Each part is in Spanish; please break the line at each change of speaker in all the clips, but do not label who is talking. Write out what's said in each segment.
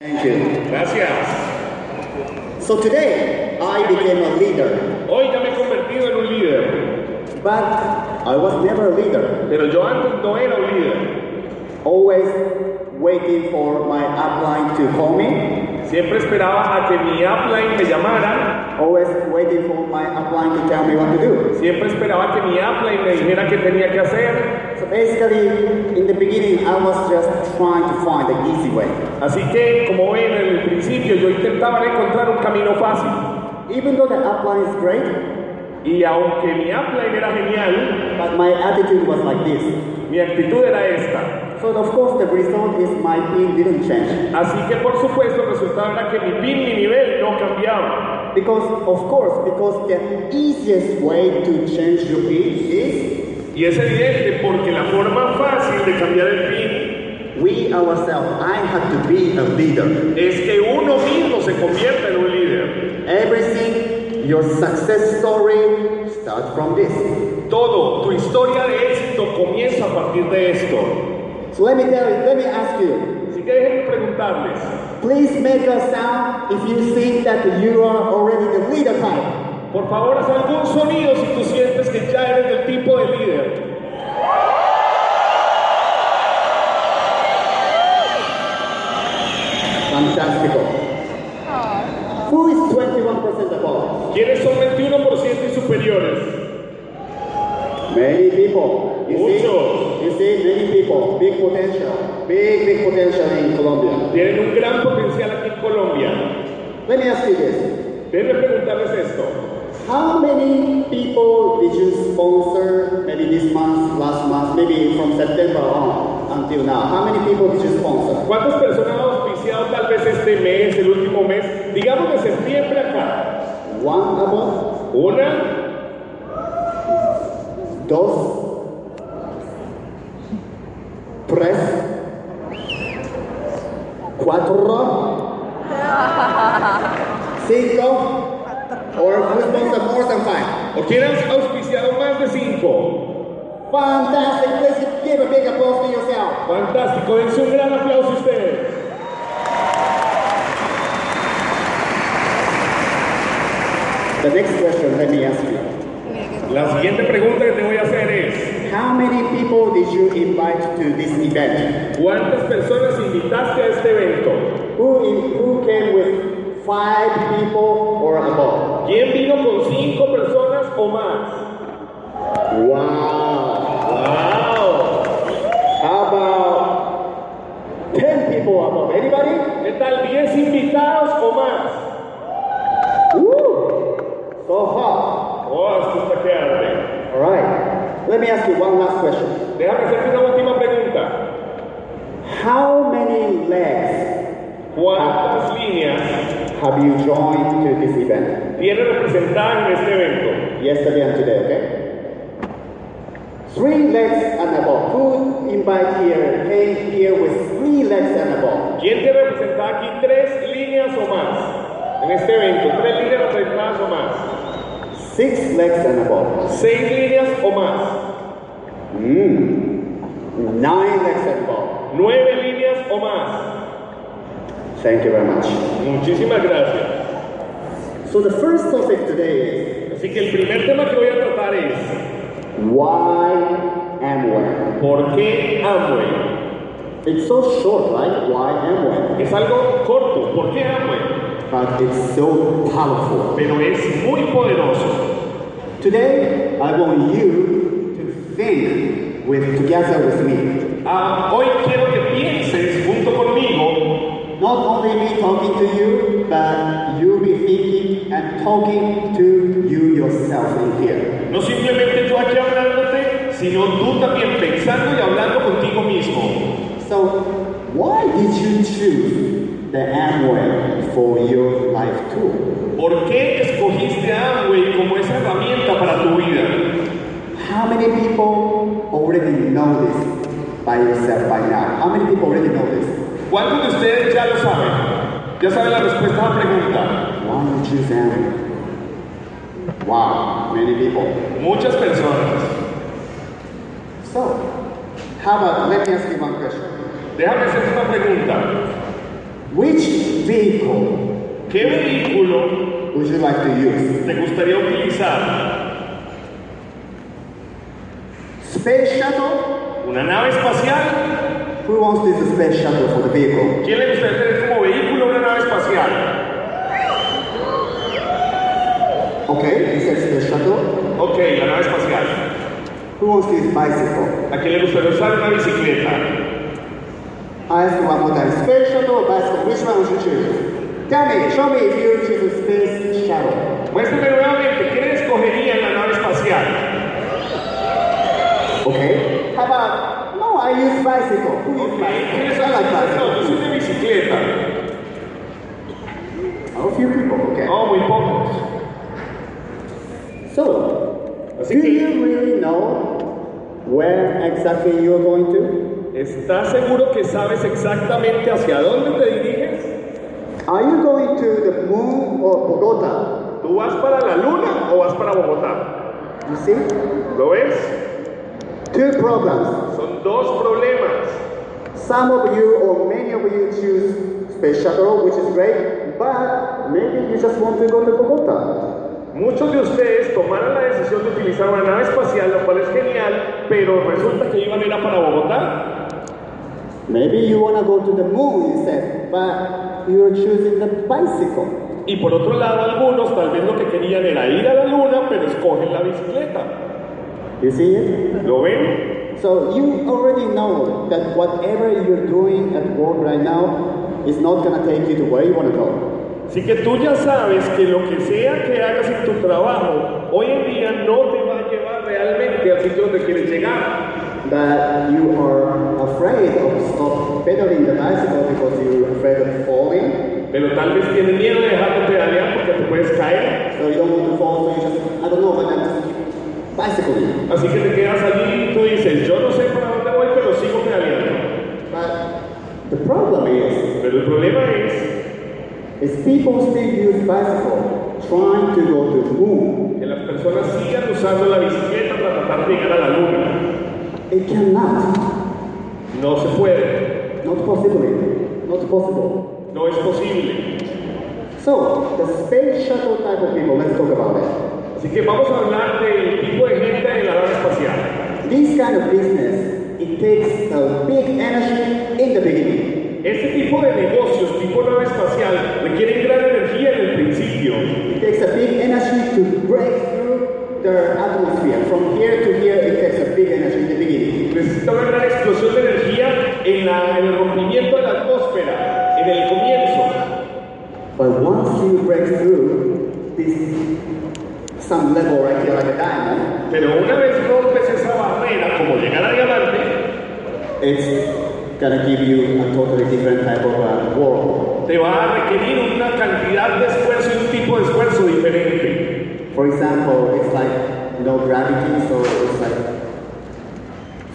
Thank you.
Gracias.
So today, I became a leader,
Hoy ya me he convertido en un líder,
but I was never a leader,
pero yo antes no era un líder.
always waiting for my upline to call me,
Siempre esperaba a que mi upline me llamara,
always waiting for my upline to tell me what to do.
siempre esperaba que mi upline me dijera qué tenía que hacer.
So basically, in the beginning, I was just trying to find the easy way.
Así que, como ven, en el principio yo intentaba encontrar un camino fácil.
Even though the upline is great,
Y aunque mi upline era genial,
but my attitude was like this.
mi actitud era esta.
So of course, the result is my team didn't change.
Así que, por supuesto, el resultado era que mi pin, mi nivel no cambiaba.
Because, of course, because the easiest way to change your team is
Y es evidente porque la forma fácil de cambiar el pin
We ourselves, I have to be a leader.
es que uno mismo se convierta en un líder.
Everything, your success story, starts from this.
Todo, tu historia de éxito comienza a partir de esto.
So let me tell you, let me ask you,
Así que déjenme preguntarles,
please make a sound if you think that you are already the leader type.
por favor haz algún sonido si tú sientes que ya eres del tipo de líder.
Fantastical. Who is 21% above?
¿Quiénes son 21% y superiores?
Many people. You see,
Muchos.
you see, many people. Big potential. Big, big potential in Colombia.
Tienen un gran potencial aquí en Colombia.
Let me ask you this.
Déjenme preguntarles esto.
How many people did you sponsor maybe this month, last month, maybe from September on until now? How many people did you sponsor?
¿Cuántas personas han auspiciado tal vez este mes, el último mes? Digamos de septiembre acá.
One above?
¿Una?
Dos? Tres? Cuatro? Cinco? Or who sponsored more than five?
¿O quién ha auspiciado más de cinco?
Fantastic! Please give a big applause to yourself.
Fantástico, dense un gran aplauso a ustedes.
The next question, let me ask you.
La siguiente pregunta que te voy a hacer es,
How many people did you invite to this event?
¿cuántas personas invitaste a este evento?
Who, in, who came with five people or above?
¿Quién vino con cinco personas o más?
Wow!
¡Wow!
How about 10 people above? Anybody?
¿Qué tal? ¿10 invitados o más?
Woo! So hot!
¡Oh, esto está que arde.
Alright, let me ask you one last question.
Déjame hacerte una última pregunta.
How many legs
¿Cuántas líneas
have you joined to this event?
tiene representada en este evento?
Yesterday and today, okay? Three legs and above. Who invite here came here with three legs and above?
¿Quién tiene representada aquí tres líneas o más? En este evento, tres líneas representadas o más.
Six legs and above.
Seis líneas o más.
Hmm. Nine legs and above.
Nueve líneas o más.
Thank you very much.
Muchísimas gracias.
So the first topic today is
Así que el primer tema que voy a tratar es
why and when.
¿por qué Amway?
It's so short, right? Why and when.
Es algo corto, ¿por qué Amway?
But it's so powerful.
Pero es muy poderoso.
Today, I want you to think with together with me.
Ah, hoy quiero que pienses junto conmigo,
Not only me talking to you, but you be thinking and talking to you yourself in here.
no simplemente yo aquí hablándote, sino tú también pensando y hablando contigo mismo.
So, why did you choose the Amway for your life tool?
¿Por qué escogiste a Amway como esa herramienta para tu vida?
How many people already know this by yourself by now? How many people already know this?
¿Cuántos de ustedes ya lo saben? Ya saben la respuesta a la pregunta.
Why you choose Amway? Wow, many people.
Muchas personas.
So, how about let me ask you one question.
Déjame hacerte una pregunta.
Which vehicle
¿Qué vehículo
would you like to use?
te gustaría utilizar?
Space shuttle?
¿Una nave espacial?
Who wants this space shuttle for the vehicle?
¿Quién le gustaría tener como vehículo una nave espacial?
Okay, he said space shuttle.
Ok, la nave espacial.
Who wants this bicycle?
¿A quién le gustaría usar una bicicleta?
I asked one more time. Space shuttle or bicycle? Which one would you choose? Tell me, show me if you choose a space shuttle.
Muéstrame nuevamente, ¿quién escogería en la nave espacial?
Okay. How about no? I use bicycle. Who
Ok,
use
¿Quién es
bicycle? I like
No, yo soy
bicycle.
de bicicleta.
Oh, few people. Okay.
No, muy pocos.
So,
Así
do
que-
you really know where exactly you are going to?
¿Estás seguro que sabes exactamente hacia dónde te diriges?
Are you going to the moon or Bogota?
¿Tú vas para la luna o vas para Bogotá?
You see,
¿Lo ves?
two problems.
Son dos problemas.
Some of you or many of you choose space shuttle, which is great, but maybe you just want to go to Bogota.
Muchos de ustedes tomaron la decisión de utilizar una nave espacial, lo cual es genial, pero resulta que iban a ir a para Bogotá.
Maybe you want to go to the moon instead, but you're choosing the bicycle.
Y por otro lado, algunos tal vez lo que querían era ir a la luna, pero escogen la bicicleta.
You see it?
¿Lo ven?
So you already know that whatever you're doing at work right now is not gonna take you to where you wanna go.
Así que tú ya sabes que lo que sea que hagas en tu trabajo, hoy en día no te va a llevar realmente al sitio donde quieres llegar.
But you are afraid of stop pedaling the bicycle because you're afraid of falling.
Pero tal vez tienes miedo de dejar de pedalear porque te puedes caer.
So Uh, you don't want to fall, so you just I don't know, but I just keep bicycling.
Así que te quedas allí y tú dices, yo no sé para dónde voy, pero sigo pedaleando.
But the problem is,
Pero el problema es
is people still use bicycle trying to go to the moon.
que las personas sigan usando la bicicleta para tratar de llegar a la luna.
It cannot,
No se puede,
not possibly, not possible.
no es posible.
So, the space shuttle type of people, let's talk about
Así que vamos a hablar del tipo de gente en la nave espacial.
that. This kind of business, it takes a big energy in the beginning.
Este tipo de negocios, tipo nave espacial, requieren gran energía en el principio.
It takes a big energy to break through the atmosphere. From here to here, it takes a big energy in the beginning.
Necesita una gran explosión de energía en, la- en el rompimiento de la atmósfera, en el comienzo.
But once you break through this, some level right here, like a diamond,
Pero una vez rompes esa barrera, como llegar a diamante,
it's gonna give you a totally different type of uh, world.
te va a requerir una cantidad de esfuerzo y un tipo de esfuerzo diferente.
For example, it's like no gravity, so it's like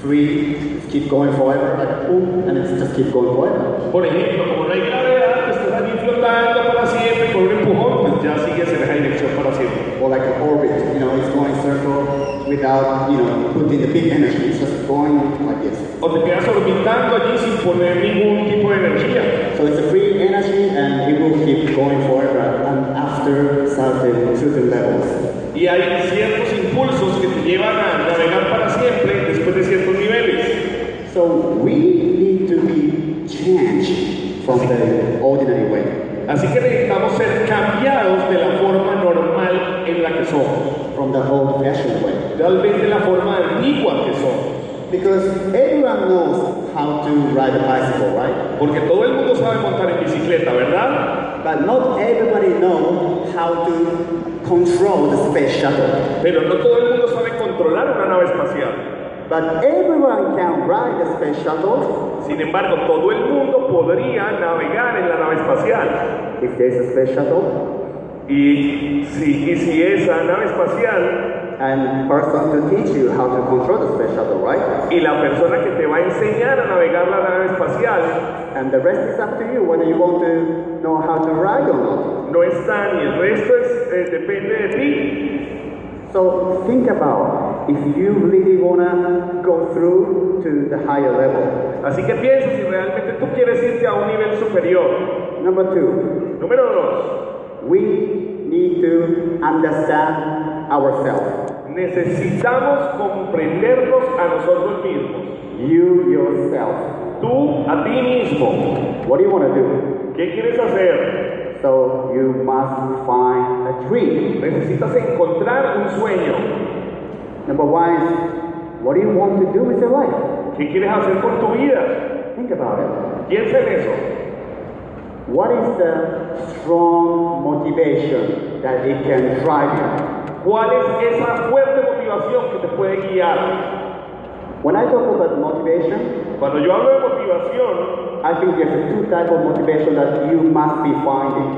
free, keep going forever, like boom, and it's just keep going forever.
Por ejemplo, como no hay gravedad, te estás allí flotando para siempre con un empujón, pues ya sigues en esa dirección para siempre.
Or like an orbit, you know, it's going circle without, you know, putting the big energy, it's just going like this.
O te quedas orbitando allí sin poner ningún tipo de energía.
So it's a free energy and it will keep going forever and after certain, certain levels.
Y hay ciertos impulsos que te llevan a navegar para siempre después de ciertos niveles.
So we need to be changed from the ordinary way,
Así que necesitamos ser cambiados de la forma normal en la que somos.
from the old fashioned way.
tal vez de la forma antigua que son.
Because everyone knows how to ride a bicycle, right?
Porque todo el mundo sabe montar en bicicleta, ¿verdad?
But not everybody knows how to control the space shuttle.
Pero no todo el mundo sabe controlar una nave espacial.
But everyone can ride the space shuttle
Sin embargo, todo el mundo podría navegar en la nave espacial.
if there's a space shuttle
Y si, y si esa nave espacial
and person to teach you how to control the space shuttle, right?
y la persona que te va a enseñar a navegar la nave espacial
And the rest is up to you whether you want to know how to ride or not.
no está ni el resto es, eh, depende de ti.
So think about if you really wanna go through to the higher level.
Así que piensa si realmente tú quieres irte a un nivel superior.
Number two,
Número dos,
we need to understand ourselves.
necesitamos comprendernos a nosotros mismos.
You yourself.
Tú a ti mismo.
What do you want to do?
¿Qué quieres hacer?
So you must find a dream.
Necesitas encontrar un sueño.
Number one is, what do you want to do with your life?
¿Qué quieres hacer con tu vida?
Think about it.
Piensa en eso.
What is the strong motivation that it can drive
¿Cuál es esa fuerte motivación que te puede guiar?
you? When I talk about motivation,
Cuando yo hablo de motivación,
I think there's two types of motivation that you must be finding.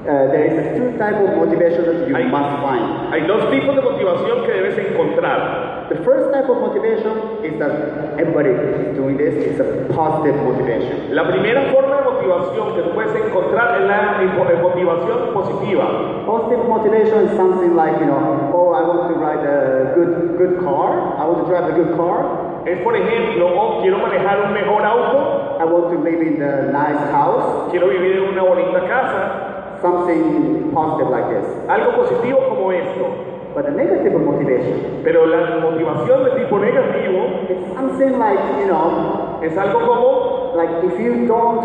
Uh, there is two types of motivation that you
I-
must find.
hay dos tipos de motivación que debes encontrar.
The first type of motivation is that everybody is doing this. It's a positive motivation.
La primera forma de motivación que tú puedes encontrar es la mo- motivación positiva.
Positive motivation is something like you know, oh, I want to ride a good good car. I want to drive a good car.
Es, por ejemplo, oh, quiero manejar un mejor auto,
I want to live in a nice house.
quiero vivir en una bonita casa,
Something positive like this.
algo positivo como esto.
But the negative motivation
Pero la motivación de tipo negativo
it's something like you know,
Es algo como,
like if you don't,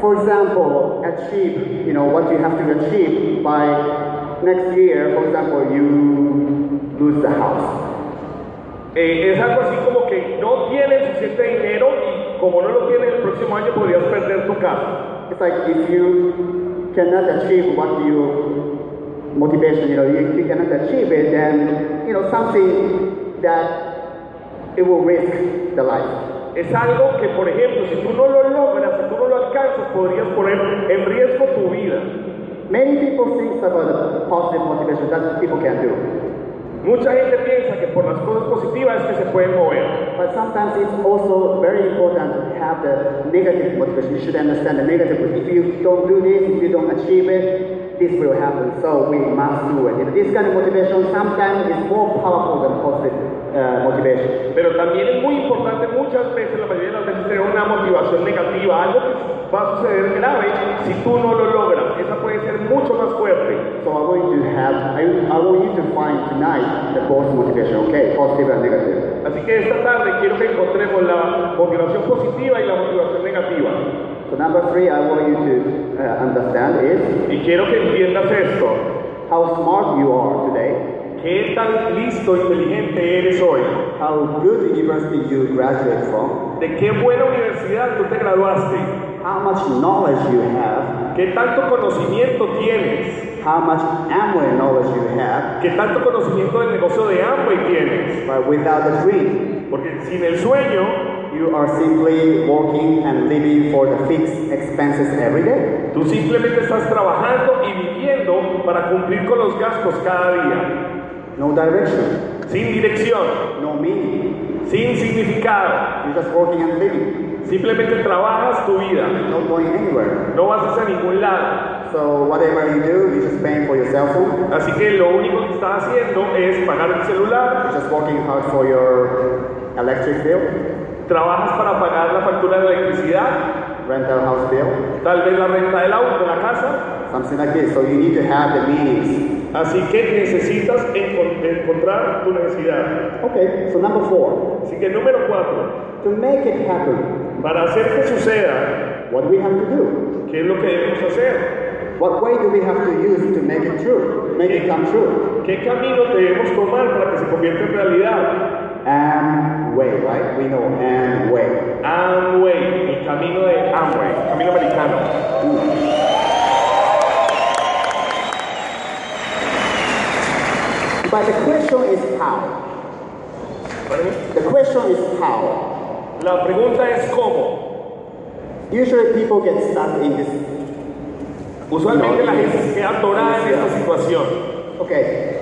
for example, achieve you know what you have to achieve by next year. For example, you lose the house.
eh, es algo así como que no tienes suficiente dinero y como no lo tienes el próximo año podrías perder tu casa.
It's like if you cannot achieve what you motivation, you know, if you cannot achieve it, then you know something that it will risk the life.
Es algo que, por ejemplo, si tú no lo logras, si tú no lo alcanzas, podrías poner en riesgo tu vida.
Many people think about the positive motivation that people can do,
Mucha gente piensa que por las cosas positivas es que se pueden mover,
but sometimes it's also very important to have the negative motivation. You should understand the negative. motivation. If you don't do this, if you don't achieve it, this will happen. So we must do it. You know, this kind of motivation sometimes is more powerful than positive uh, motivation.
pero también es muy importante muchas veces, la mayoría de las veces, tener una motivación negativa, algo que va a suceder grave si tú no lo logras. Esa puede ser mucho más fuerte.
So I want you to have, I, I want you to find tonight the both motivation, okay? Positive and negative.
Así que esta tarde quiero que encontremos la motivación positiva y la motivación negativa.
So number three, I want you to uh, understand is
Y quiero que entiendas esto,
how smart you are today,
qué tan listo e inteligente eres hoy,
how good university you graduate from,
de qué buena universidad tú te graduaste,
how much knowledge you have,
qué tanto conocimiento tienes,
how much Amway knowledge you have,
qué tanto conocimiento del negocio de Amway tienes.
but without the dream,
Porque sin el sueño,
you are simply working and living for the fixed expenses every day.
tú simplemente estás trabajando y viviendo para cumplir con los gastos cada día,
No direction,
sin dirección,
no meaning.
sin significado.
You're just working and living,
Simplemente trabajas tu vida.
not going anywhere.
No vas hacia ningún lado.
So whatever you do, you're just paying for your cell phone.
Así que lo único que estás haciendo es pagar el celular,
You're just working hard for your electric bill,
trabajas para pagar la factura de electricidad,
rental house bill,
tal vez la renta del auto, de la casa.
something like this. So you need to have the meanings.
Así que necesitas encon- encontrar tu necesidad.
Okay, so number four,
Así que número cuatro,
to make it happen,
para hacer que suceda,
what do we have to do?
¿qué es lo que debemos hacer?
What way do we have to use to make it true, make it come true?
¿Qué camino debemos tomar para que se convierta en realidad?
And way, right? We know and way.
Amway, el camino de Amway, camino americano.
But the question is how. The question is how.
La pregunta es cómo.
Usually people get stuck in this
Usualmente la gente se queda atorada en esta situación.
Okay.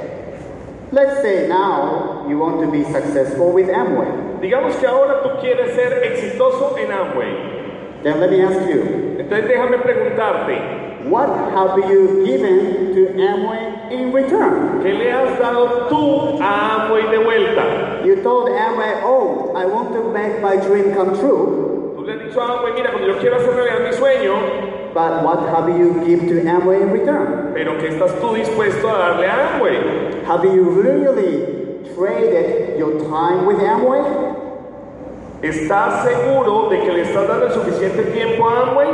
Let's say now you want to be successful with Amway.
Digamos que ahora tú quieres ser exitoso en Amway.
Then let me ask you,
Entonces déjame preguntarte,
what have you given to Amway in return?
¿qué le has dado tú a Amway de vuelta?
You told Amway, oh, I want to make my dream come true.
Tú le dicho a Amway, mira, cuando yo quiero hacer realidad mi sueño,
But what have you give to Amway in return?
pero ¿qué estás tú dispuesto a darle a Amway?
Have you really traded your time with Amway?
¿Estás seguro de que le estás dando el suficiente tiempo a Amway?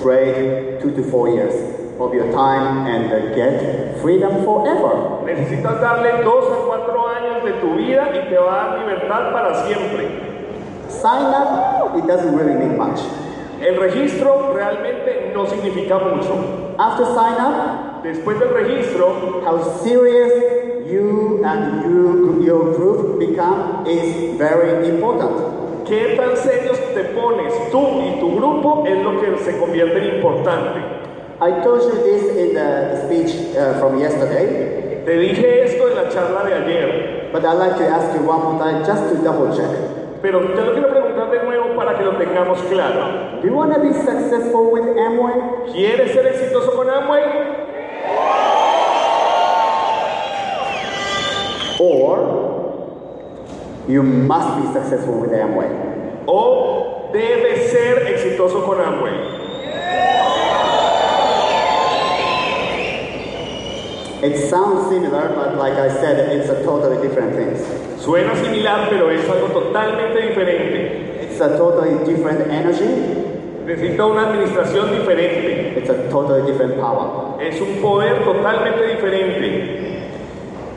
Trade two to four years of your time and uh, get freedom forever.
Necesitas darle dos a cuatro años de tu vida y te va a dar libertad para siempre.
Sign up, it doesn't really mean much.
El registro realmente no significa mucho.
After sign up,
Después del registro,
how serious you and you, your group become is very important.
¿Qué tan serios te pones tú y tu grupo es lo que se convierte en importante?
I told you this in the speech uh, from yesterday,
Te dije esto en la charla de ayer,
but I'd like to ask you one more time just to double check.
pero te lo quiero preguntar de nuevo para que lo tengamos claro.
Do you want to be successful with Amway?
¿Quieres ser exitoso con Amway?
Or you must be successful with Amway?
¿O debes ser exitoso con Amway?
It sounds similar, but like I said, it's a totally different thing.
Suena similar, pero es algo totalmente diferente.
It's a totally different energy.
Necesita una administración diferente.
It's a totally different power.
Es un poder totalmente diferente.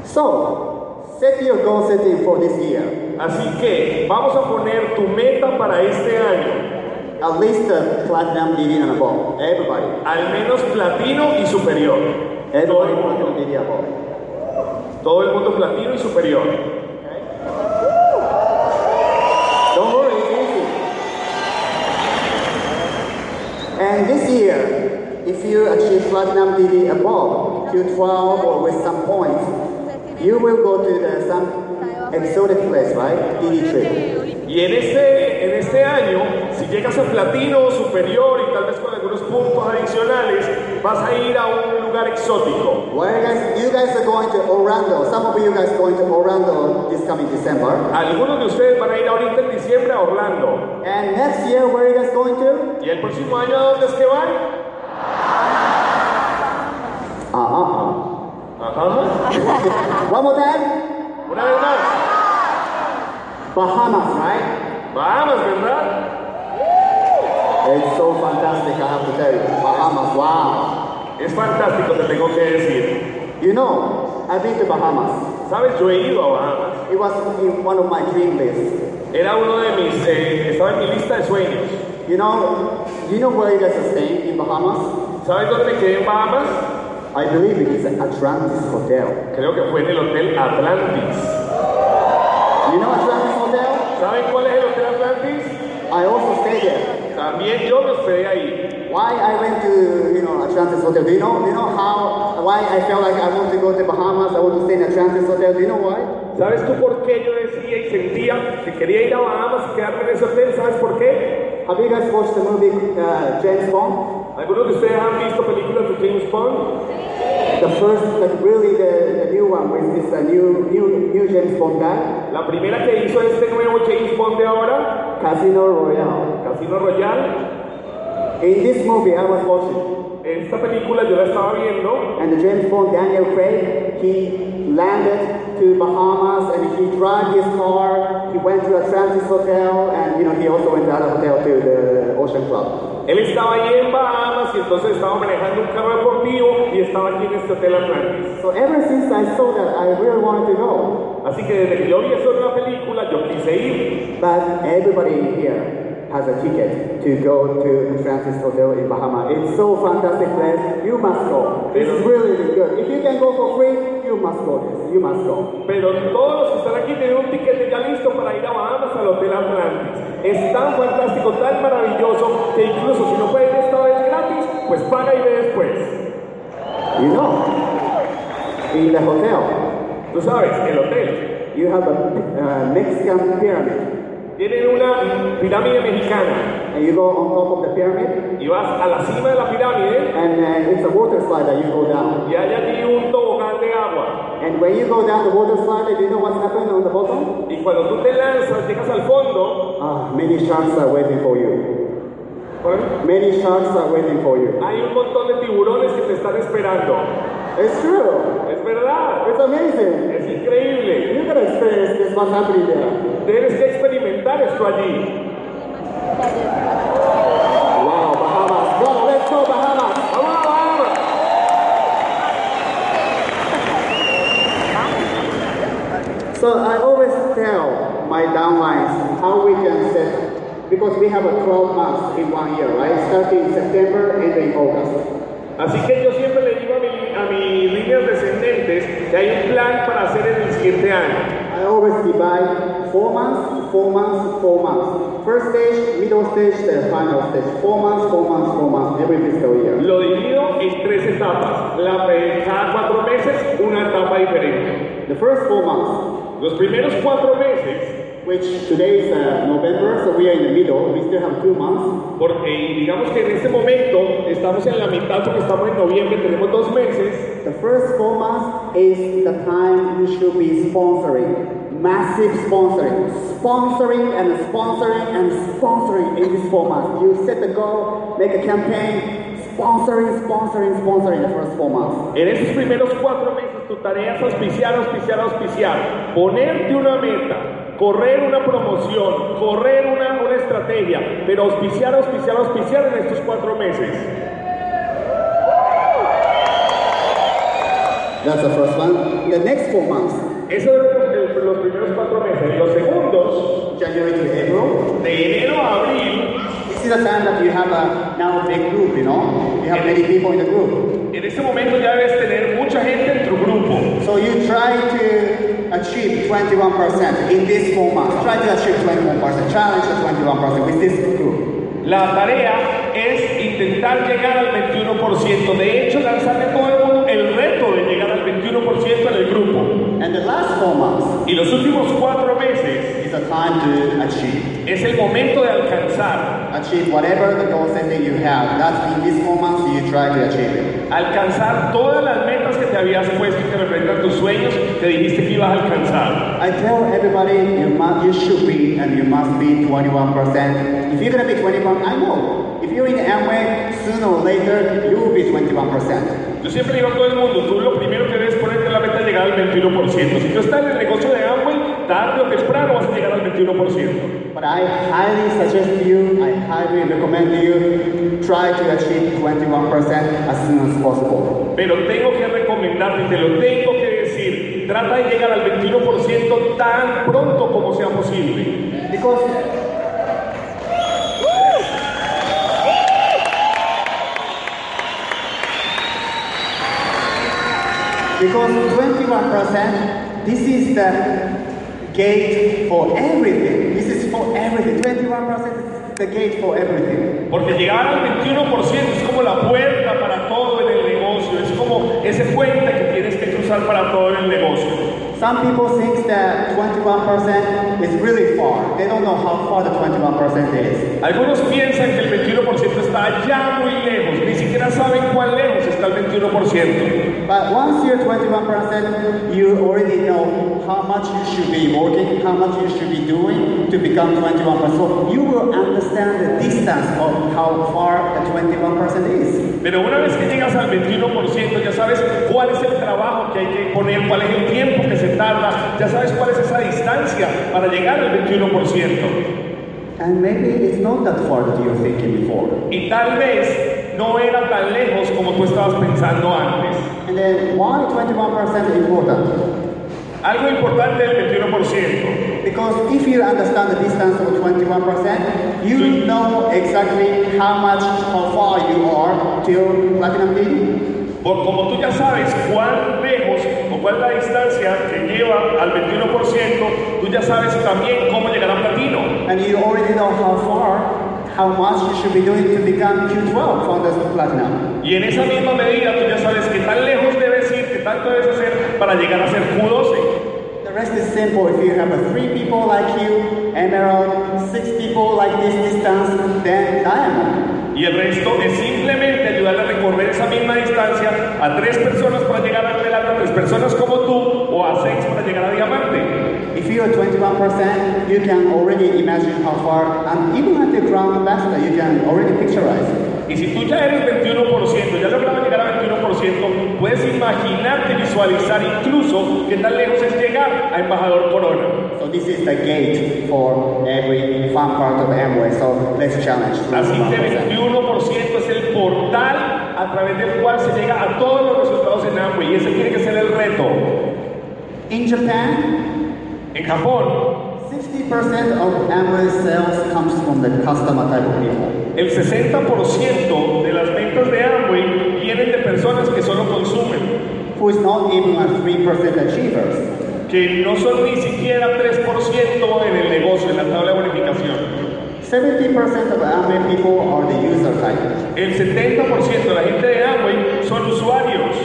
So, set your goal setting for this year.
Así que vamos a poner tu meta para este año.
At least uh, platinum, DD, and above. Everybody.
Al menos platino y superior. Todo
Everybody
el
platinum,
mundo,
DD, above.
todo el mundo platino y superior.
Don't worry, it's easy. And this year, if you achieve platinum, DD, above, Q12 or with some points, you will go to the, some exotic place, right? DD trip.
Y en este, en este año, si llegas a platino o superior y tal vez con algunos puntos adicionales, vas a ir a un lugar exótico.
Where you guys, you guys are going to Orlando. Some of you guys going to Orlando this coming December.
Algunos de ustedes van a ir ahorita en diciembre a Orlando.
And next year, where you guys going to?
¿Y el próximo año a dónde es que van?
Uh-uh.
Ajá.
One more time.
Una vez más.
Bahamas, right?
Bahamas, ¿verdad?
It's so fantastic, I have to tell you. Bahamas, wow.
Es fantástico, te tengo que decir.
You know, I've been to Bahamas.
Sabes, yo he ido a Bahamas.
It was in one of my dream lists.
Era uno de mis, eh, estaba en mi lista de sueños.
You know, you know where you guys are staying in Bahamas?
¿Sabes dónde me quedé en Bahamas?
I believe it is Atlantis Hotel.
Creo que fue en el Hotel Atlantis.
You know Atlantis Hotel?
¿Saben cuál es el Hotel Atlantis?
I also stayed there.
También yo me hospedé ahí.
Why I went to you know Atlantis Hotel? Do you know you know how why I felt like I want to go to Bahamas? I want to stay in Atlantis Hotel. Do you know why?
¿Sabes tú por qué yo decía y sentía que quería ir a Bahamas y quedarme en ese hotel? ¿Sabes por qué?
Have you guys watched the movie uh, James Bond?
¿Algunos de ustedes han visto películas de James Bond?
The first, like really the, the new one with this uh, new new new James Bond guy,
La primera que hizo este nuevo James Bond de ahora,
Casino Royale.
Casino Royale.
In this movie, I was watching,
Esta película yo la estaba viendo
and the James Bond Daniel Craig, he landed to Bahamas and he drive his car. He went to Atlantis Hotel, and you know he also went to other hotel to the Ocean Club.
Él estaba ahí en Bahamas y entonces estaba manejando un carro deportivo y estaba aquí en este hotel Atlantis.
So ever since I saw that, I really wanted to go,
Así que desde que yo vi eso en la película, yo quise ir.
but everybody here. Has a ticket to go to Atlantis Hotel in Bahama. It's so fantastic place. You must go. This is really really good. If you can go for free, you must go. Yes, you must go.
Pero todos los que están aquí tienen un ticket ya listo para ir a Bahamas al Hotel Atlantis. Es tan fantástico, tan maravilloso, que incluso si no puedes ir esta vez gratis, pues paga y ve después.
You know, in the hotel,
Tú sabes, el hotel.
you have a uh, Mexican pyramid.
Tienen una pirámide mexicana
and you go on top of the pyramid,
y vas a la cima de la pirámide
and uh, it's a water slide that you go down.
y hay allí un tobogán de agua.
And when you go down the water slide, do you know what's happening on the bottom?
Y cuando tú te lanzas, llegas al fondo.
Ah, many sharks are waiting for you. Many sharks are waiting for you.
Hay un montón de tiburones que te están esperando.
It's true.
Es verdad,
It's amazing.
es increíble.
You're gonna experience this what's happening there.
Tienes que experimentar esto allí.
Wow, Bahamas. Brother, let's go Bahamas.
¡Vamos a Bahamas!
So I always tell my downlines how we can set, because we have a 12 months in one year, right? Starting in September, ending August.
Así que yo siempre le digo a, mi- a mis líneas descendentes que hay un plan para hacer en el siguiente año.
I always divide four months, four months, four months. First stage, middle stage, then final stage. Four months, four months, four months, every fiscal year.
Lo divido en tres etapas. La, eh, cada cuatro meses, una etapa diferente.
The first four months,
Los primeros cuatro meses,
which today is uh, November, so we are in the middle, we still have two months.
porque y digamos que en este momento estamos en la mitad porque estamos en noviembre, tenemos dos meses.
The first four months is the time you should be sponsoring, massive sponsoring, sponsoring and sponsoring and sponsoring in these four months. You set the goal, make a campaign, sponsoring, sponsoring, sponsoring the first four months.
En esos primeros cuatro meses tu tarea es auspiciar, auspiciar, auspiciar, ponerte una meta, correr una promoción, correr una, una estrategia, pero auspiciar, auspiciar, auspiciar en estos cuatro meses.
That's the first one. The next four months,
Esos eran los, eh, los primeros cuatro meses. Los segundos,
January to April,
de enero a abril,
this is the time that you have a now a big group, you know? You have many people in the group.
en ese momento ya debes tener mucha gente en tu grupo.
So you try to achieve 21% in these four months. Try to achieve 21%. Challenge the 21% with this group.
La tarea es intentar llegar al 21%. De hecho, lanzarle a todo el mundo el reto de llegar al 21% en el grupo.
And the last four months
Y los últimos cuatro meses
is the time to achieve.
es el momento de alcanzar,
Achieve whatever the goal setting you have. That's in these four months you try to achieve it.
alcanzar todas las metas que te habías puesto y que representan tus sueños, te dijiste que ibas a alcanzar.
I tell everybody you must, you should be and you must be 21%. If you're gonna be 21, I know. If you're in Amway, sooner or later you will be 21%.
Yo siempre digo a todo el mundo, tú lo primero que debes ponerte la meta es llegar al 21%. Si tú estás en el negocio de Amway, tarde o temprano vas a llegar al 21%.
But I highly suggest to you, I highly recommend to you, try to achieve 21% as soon as possible.
Pero tengo que recomendarte, te lo tengo que decir, trata de llegar al 21% tan pronto como sea posible.
Because Because 21%, this is the gate for everything. This is for everything. 21% is the gate for everything.
Porque llegar al 21% es como la puerta para todo en el negocio, es como ese puente que tienes que cruzar para todo en el negocio.
Some people think that 21% is really far. They don't know how far the 21% is.
Algunos piensan que el 21% está allá muy lejos, ni siquiera saben cuán lejos está el 21%.
But once you're 21%, you already know how much you should be working, how much you should be doing to become 21%. So you will understand the distance of how far the 21% is.
Pero una vez que llegas al 21%, ya sabes cuál es el trabajo que hay que poner, cuál es el tiempo que se tarda, ya sabes cuál es esa distancia para llegar al 21%.
And maybe it's not that far that you're thinking before.
Y tal vez no era tan lejos como tú estabas pensando antes.
And then why 21% is important?
Algo importante del 21%.
Because if you understand the distance of 21%, you know exactly how much, how far you are till platinum B.
Por como tú ya sabes cuán lejos o cuál es la distancia que lleva al 21%, tú ya sabes también cómo llegar a platino.
And you already know how far, how much you should be doing to become Q12 founders of platinum.
Y en esa misma medida tú ya sabes qué tan lejos debes ir, qué tanto debes hacer para llegar a ser Q12.
The Rest is simple. If you have uh, three people like you, emerald, six people like this distance, then diamond.
Y el resto es simplemente ayudar a recorrer esa misma distancia a tres personas para llegar a plata, a tres personas como tú o a seis para llegar a diamante.
If you are 21%, you can already imagine how far, and even at the ground faster, you can already picturize.
Y si tú ya eres 21%, ya logrado llegar a 21%, puedes imaginarte, visualizar incluso qué tan lejos es llegar a Embajador Corona.
So this is the gate for every fun part of Amway. So let's challenge.
Así que
21%.
21% es el portal a través del cual se llega a todos los resultados en Amway y ese tiene que ser el reto.
In Japan,
En Japón,
60% of Amway sales comes from the customer type of people.
el 60% de las ventas de Amway vienen de personas que solo consumen,
Who is not even a 3% achievers.
que no son ni siquiera 3% en el negocio, en la tabla de bonificación.
70% of Amway people are the user type.
El 70% de la gente de Amway son usuarios.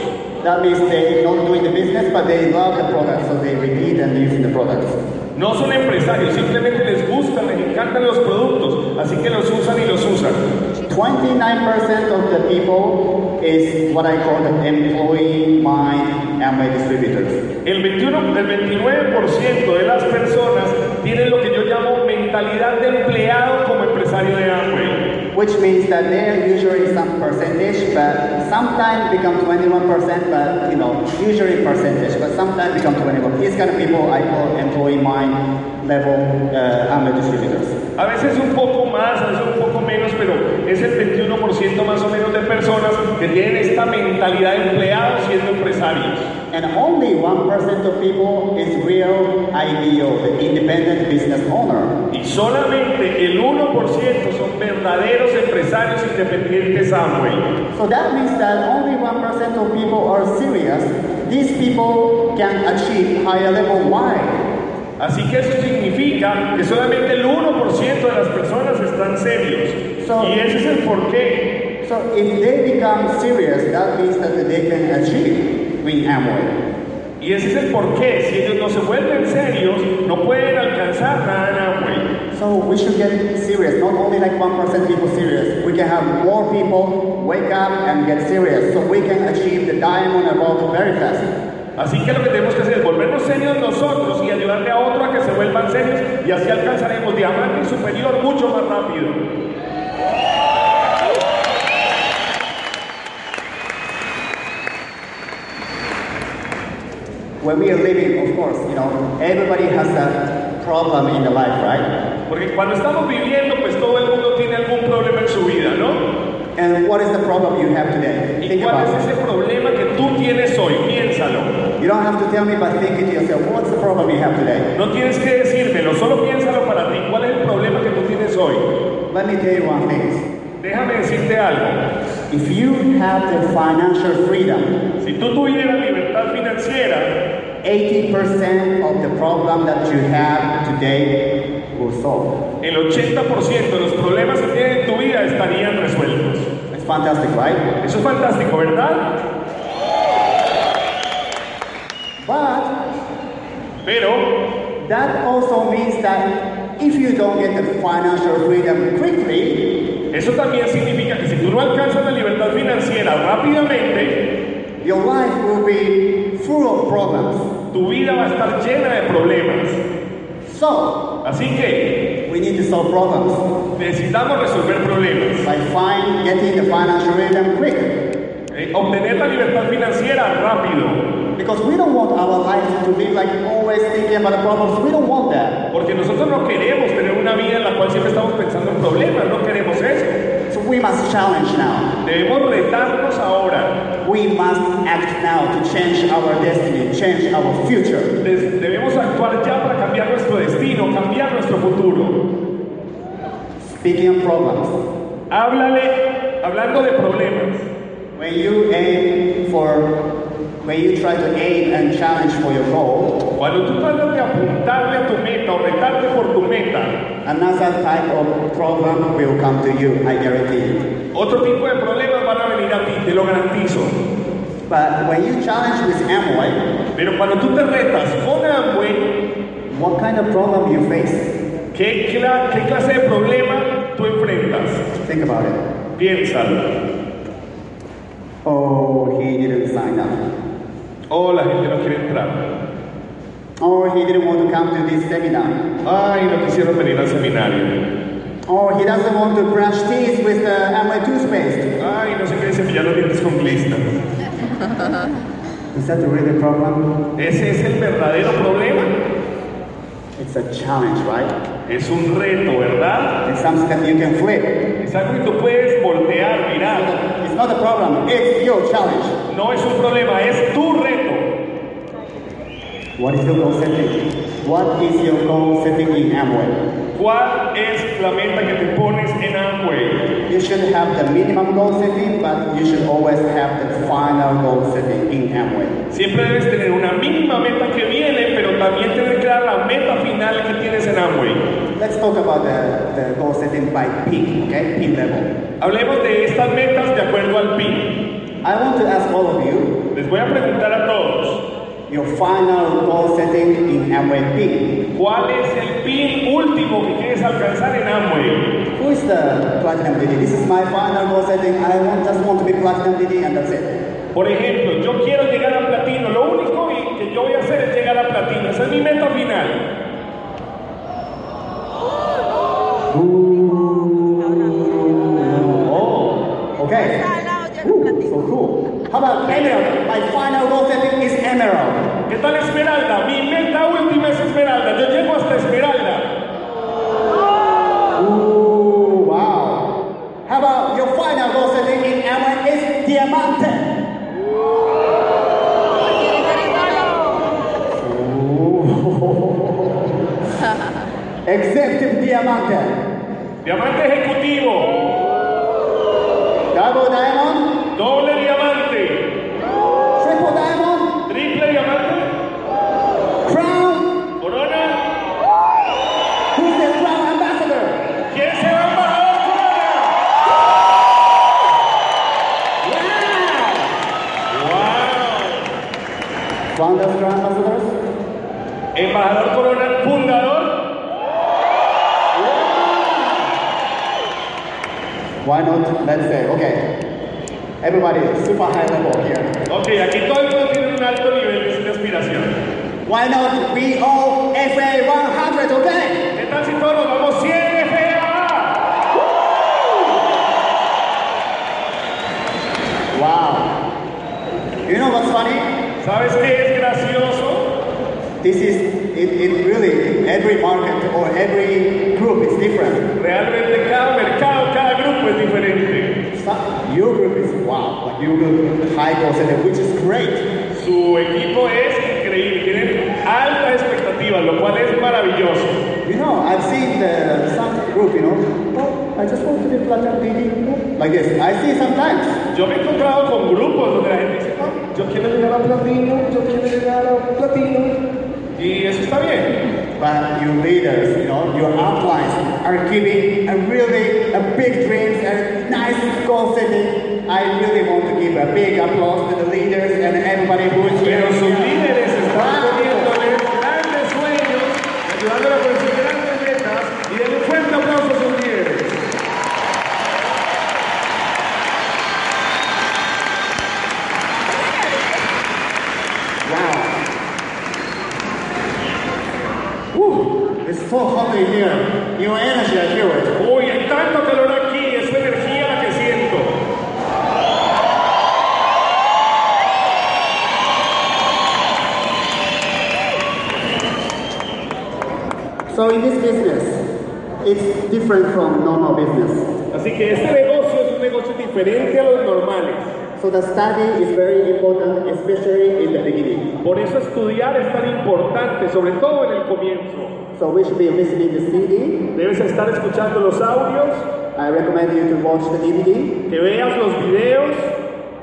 That means they not doing the business, but they love the product, so they repeat and using the products.
No son empresarios, simplemente les gustan, les encantan los productos, así que los usan y los usan.
29% of the people is what I call the employee mind Amway distributors.
El, 21, el 29% de las personas tienen lo que yo llamo mentalidad de empleado como empresario de Amway.
Which means that they're usually some percentage, but sometimes become 21%, but you know, usually percentage, but sometimes become 21. These kind of people I call employee mind level uh, Amway distributors.
A veces un poco más, a veces un poco menos, pero es el 21% más o menos de personas que tienen esta mentalidad de empleado siendo empresarios.
And only 1% of people is real IBO, the independent business owner.
Y solamente el 1% son verdaderos empresarios independientes Amway.
So that means that only 1% of people are serious. These people can achieve higher level. Why?
Así que eso significa que solamente el 1% de las personas están serios.
So-
y ese es el porqué.
So if they become serious, that means that they can achieve win Amway.
Y ese es el porqué. Si ellos no se vuelven serios, no pueden alcanzar nada en Amway.
So we should get serious, not only like 1% people serious. We can have more people wake up and get serious so we can achieve the diamond above very fast.
Así que lo que tenemos que hacer es volvernos serios nosotros y ayudarle a otro a que se vuelvan serios y así alcanzaremos diamante y superior mucho más rápido.
When we are living, of course, you know, everybody has a problem in the life, right?
Porque cuando estamos viviendo, pues todo el mundo tiene algún problema en su vida, ¿no?
And what is the problem you have today?
¿Y
Think
cuál
about it.
es ese problema que tú tienes hoy? Piénsalo.
You don't have to tell me, but think it yourself. What's the problem you have today?
No tienes que decírmelo, solo piénsalo para ti. ¿Cuál es el problema que tú tienes hoy?
Let me tell you one thing.
Déjame decirte algo.
If you have the financial freedom,
Si tú tuvieras libertad financiera,
80% of the problem that you have today will solve.
el 80% de los problemas que tienes en tu vida estarían resueltos.
It's fantastic, right?
Eso es fantástico, ¿verdad?
But
Pero
that also means that if you don't get the financial freedom quickly,
eso también significa que si tú no alcanzas la libertad financiera rápidamente,
your life will be full of problems.
tu vida va a estar llena de problemas.
So,
Así que
we need to solve problems
necesitamos resolver problemas.
by find, getting the financial freedom quick.
Eh, Obtener la libertad financiera rápido.
Because we don't want our life to be like always thinking about the problems. We don't want that.
Porque nosotros no queremos tener una vida en la cual siempre estamos pensando en problemas, no queremos eso.
So we must challenge now.
Debemos retarnos ahora.
We must act now to change our destiny, change our future.
Des- debemos actuar ya para cambiar nuestro destino, cambiar nuestro futuro.
Speaking of problems,
Háblale, hablando de problemas.
when you aim for, when you try to aim and challenge for your goal,
Cuando tú tratas de apuntarle a tu meta o retarte por tu meta,
another type of problem will come to you. I guarantee it.
otro tipo de problemas van a venir a ti, te lo garantizo.
But when you challenge with Amway,
Pero cuando tú te retas con Amway,
what kind of problem you face?
¿qué, cla- qué clase de problema tú enfrentas?
Think about it.
Piénsalo.
Oh, he didn't sign up.
Oh, la gente no quiere entrar.
Oh, he didn't want to come to this seminar.
Ay, no quisieron venir al seminario.
Oh, he doesn't want to brush teeth with the Amway toothpaste.
Ay, no se quiere cepillar los dientes con Glista.
Is that the real problem?
Ese es el verdadero problema.
It's a challenge, right?
Es un reto, ¿verdad?
It's something that you can flip.
Es algo que tú puedes voltear, mirar.
It's not a problem. It's your challenge.
No es un problema, es tu reto.
What is your goal setting? What is your goal setting in Amway?
¿Cuál es la meta que te pones en Amway?
You should have the minimum goal setting, but you should always have the final goal setting in Amway.
Siempre debes tener una mínima meta que viene, pero también tener clara la meta final que tienes en Amway.
Let's talk about the, the goal setting by peak, okay? Peak level.
Hablemos de estas metas de acuerdo al PIN.
I want to ask all of you
Les voy a preguntar a todos,
your final goal setting in Amway peak.
¿cuál es el PIN último que quieres alcanzar en Amway?
Who is the platinum DD? This is my final goal setting. I want, just want to be platinum DD and that's it.
Por ejemplo, yo quiero llegar a platino, lo único y- que yo voy a hacer es llegar a platino, esa es mi meta final.
Oh, okay. Ooh, so cool. How about emerald? My final goal setting is emerald.
¿Qué tal Esmeralda? Mi meta última es Esmeralda, yo llego hasta Esmeralda.
Ooh, wow. How about your final goal setting in Amway is diamante? Executive diamante.
Diamante ejecutivo,
Double diamond?
doble diamante,
Triple diamond?
triple diamante,
Crown?
corona.
Who's the crown ambassador?
¿Quién será embajador corona? ¡Wow!
Founders, Grand Ambassadors?
Embajador corona, fundador.
Why not? Let's say, okay. Everybody, super high level here.
Ok, aquí todo el mundo tiene un alto nivel de aspiración.
Why not be all FA 100, okay?
¿Qué tal si todos nos vamos 100 FAA?
Wow. You know what's funny?
¿Sabes qué es gracioso?
This is, it, it really, every market or every group is different.
Realmente cada mercado, cada grupo es diferente.
Some, your group is wow, like your group high goal setting, which is great.
Su equipo es increíble, tienen altas expectativas, lo cual es maravilloso.
You know, I've seen the, some group, you know, oh, I just want to be platinum DD. Like this, I see sometimes.
Yo me he encontrado con grupos donde la gente dice, no, yo quiero llegar a platino, yo quiero llegar a platino. Y eso está bien.
But your leaders, you know, your outlines are giving a really a big dreams and nice goal setting. I really want to give a big applause to the leaders and everybody who is
Pero
here.
sus líderes están
Wow.
poniéndoles grandes sueños, ayudándole a conseguir grandes metas y denle un fuerte aplauso a sus líderes.
Wow. Woo, it's so hot in here. Your energy, I feel it.
Uy, hay tanto calor aquí, es la energía la que siento.
So in this business, it's different from normal business.
Así que este negocio es un negocio diferente a los normales.
So the study is very important, especially in the beginning.
Por eso estudiar es tan importante, sobre todo en el comienzo.
So we should be listening to CD.
Debes estar escuchando los audios,
I recommend you to watch the DVD.
que veas los videos.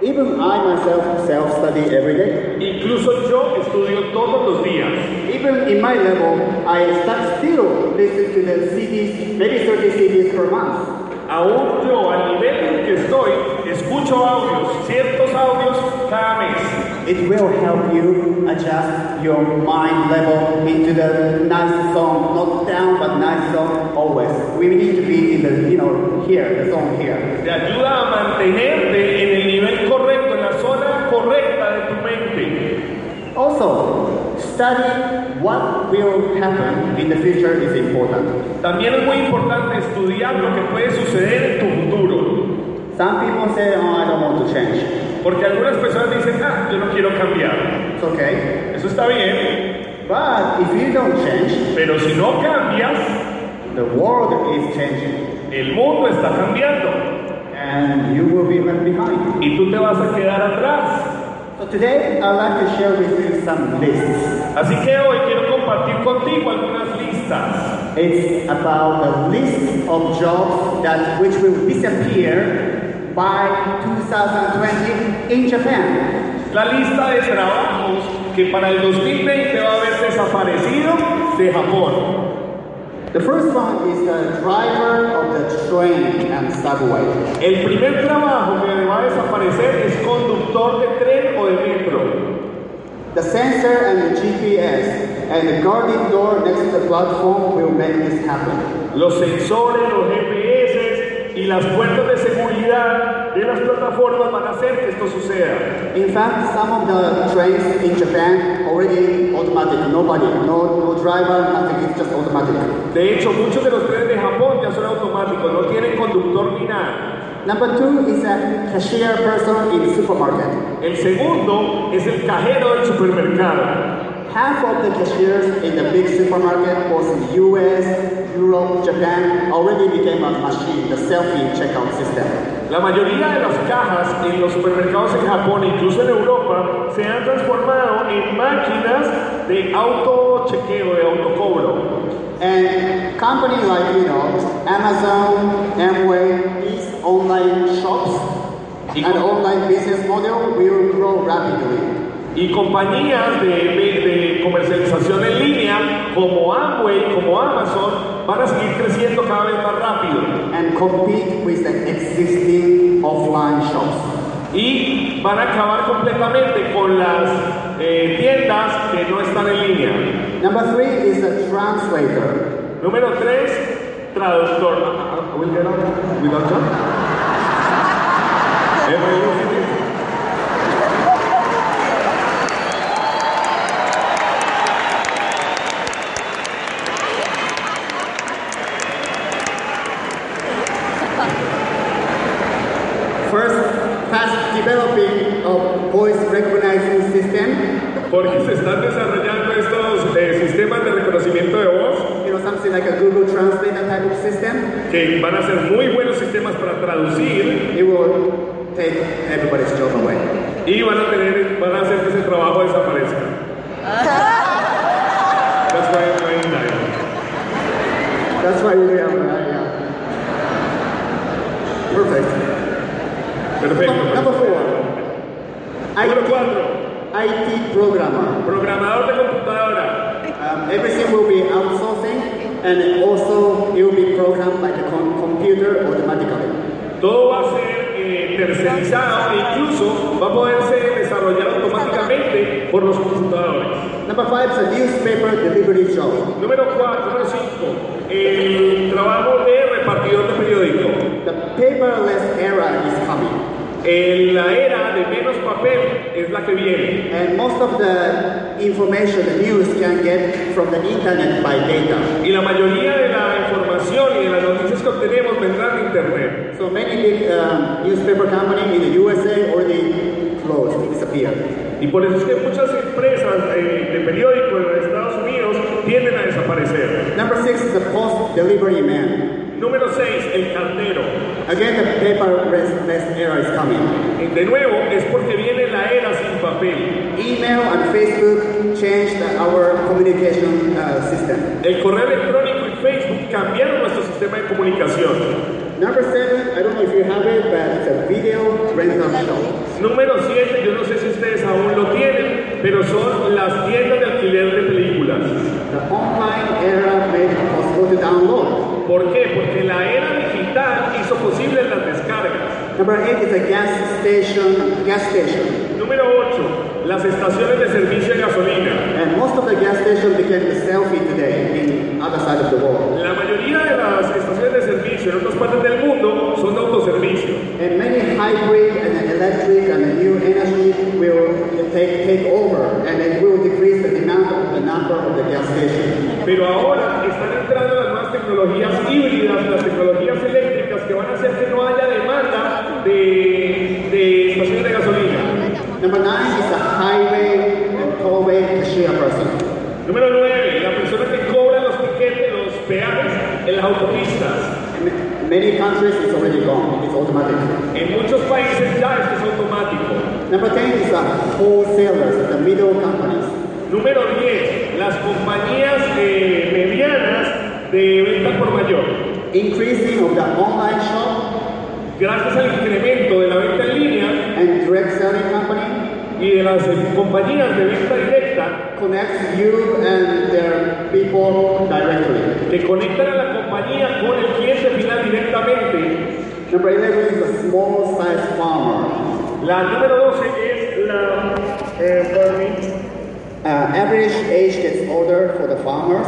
Even I myself self-study every day.
Incluso yo estudio todos los días.
Even in my level, I start still listen to the CDs, maybe 30 CDs per month.
Aún yo, al nivel en el que estoy, escucho escucho audios, ciertos audios cada mes.
It will help you adjust your mind level into the nice song, not down but nice song always. We need to be in the you know here, the song here.
Te ayuda a mantenerte en el nivel correcto, en la zona correcta de tu mente.
Also, study what will happen in the future is important.
También es muy importante estudiar lo que puede suceder en tu futuro.
Some people say, "Oh, I don't want to change."
Porque algunas personas dicen, ah, yo no quiero cambiar.
It's okay,
Eso está bien,
but if you don't change,
pero si no cambias,
the world is changing,
el mundo está cambiando
and you will be left behind.
y tú te vas a quedar atrás.
So today, I'd like to share with you some lists.
Así que hoy quiero compartir contigo algunas listas.
It's about a list of jobs that which will disappear by 2020 in Japan.
La lista de trabajos que para el 2020 va a haber desaparecido de Japón.
The first one is the driver of the train and subway.
El primer trabajo que va a desaparecer es conductor de tren o de metro.
The sensor and the GPS and the guarding door next to the platform will make this happen.
Los sensores, los GPS y las puertas de seguridad de las plataformas van a hacer que esto suceda.
In fact, some of the trains in Japan already automatic. Nobody, no, no driver, nothing. It's just automatic.
De hecho, muchos de los trenes de Japón ya son automáticos, no tienen conductor ni nada.
Number two is a cashier person in supermarket.
El segundo es el cajero del supermercado.
Half of the cashiers in the big supermarket was in U.S., Europe, Japan already became a machine, the selfie checkout system.
La mayoría de las cajas en los supermercados en Japón, incluso en Europa, se han transformado en máquinas de autochequeo, de autocobro.
And company like you know Amazon, Amway, these online shops
Y-
and online business model will grow rapidly.
Y compañías de, de- de comercialización en línea como Amway, como Amazon, van a seguir creciendo cada vez más rápido
And compete with the existing offline shops.
y van a acabar completamente con las eh, tiendas que no están en línea.
Number three is the translator.
Número 3, traductor. Ah, ah, will get on? We got on? Everyone is-
First, fast developing of voice recognizing system.
Porque se están desarrollando estos eh, sistemas de reconocimiento de voz
You know, something like a Google Translator type of system.
que van a ser muy buenos sistemas para traducir
It will take everybody's job away.
y van a tener, van a hacer que ese trabajo desaparezca. That's why I'm going down.
That's why we have uh, yeah. Perfect. Num-
Perfecto.
Number four,
Número
IT,
4.
IT programmer.
Programador de computadora.
Um, everything will be outsourcing and also it will be programmed by the com- computer automatically.
Todo va a ser eh, tercerizado e incluso va a poderse desarrollar automáticamente por los computadores.
Number five is a newspaper delivery job.
Número 4, número 5. El trabajo de repartidor de periódico.
The paperless era is coming
En Eh, la era de menos papel es la que viene.
and most of the information, the news can get from the internet by data.
Y la mayoría de la información y de las noticias que obtenemos vendrán de Internet.
So many big um, newspaper company in the USA already closed, disappeared.
Y por eso es que muchas empresas eh, de periódicos en los Estados Unidos tienden a desaparecer.
Number six is the post delivery man.
Número 6, el cartero.
Again, the paperless less era is coming.
Eh, De nuevo, es porque viene la era sin papel.
Email and Facebook changed the- our communication uh, system.
El correo electrónico y Facebook cambiaron nuestro sistema de comunicación.
Number seven, I don't know if you have it, but it's a video rental shop.
Número 7, yo no sé si ustedes aún lo tienen, pero son las tiendas de alquiler de películas.
The online era made it possible to download.
¿Por qué? Porque la era digital hizo posible las descargas.
Number eight is a gas station, gas station.
Número 8. Las estaciones de servicio de gasolina.
And most of the gas station became a selfie today in other side of the world.
La mayoría de las estaciones de servicio en otras partes del mundo son de autoservicio.
And many hybrid and electric and new energy will take, take over and it will decrease the demand of the number of the gas station.
Pero ahora están entrando las nuevas tecnologías híbridas, las tecnologías eléctricas que van a hacer que no haya demanda de, de estaciones de gasolina.
Number nine is a highway and tollway cashier person.
Número 9. La persona que cobra los tiquetes, los peajes en las autopistas.
In ma- many countries it's already gone, it's automatic.
En muchos países ya esto es automático.
Number 10 is the wholesalers, the middle companies.
Número 10. Las compañías eh, medianas de venta por mayor.
Increasing of the online shop
Gracias al incremento de la venta en línea
and direct selling company
y de las eh, compañías de venta directa,
connects you and their people directly.
Te conectan a la compañía con el cliente final directamente.
Number 11 is a small sized farmer.
La número 12 es la eh, farming.
Uh, average age gets older for the farmers.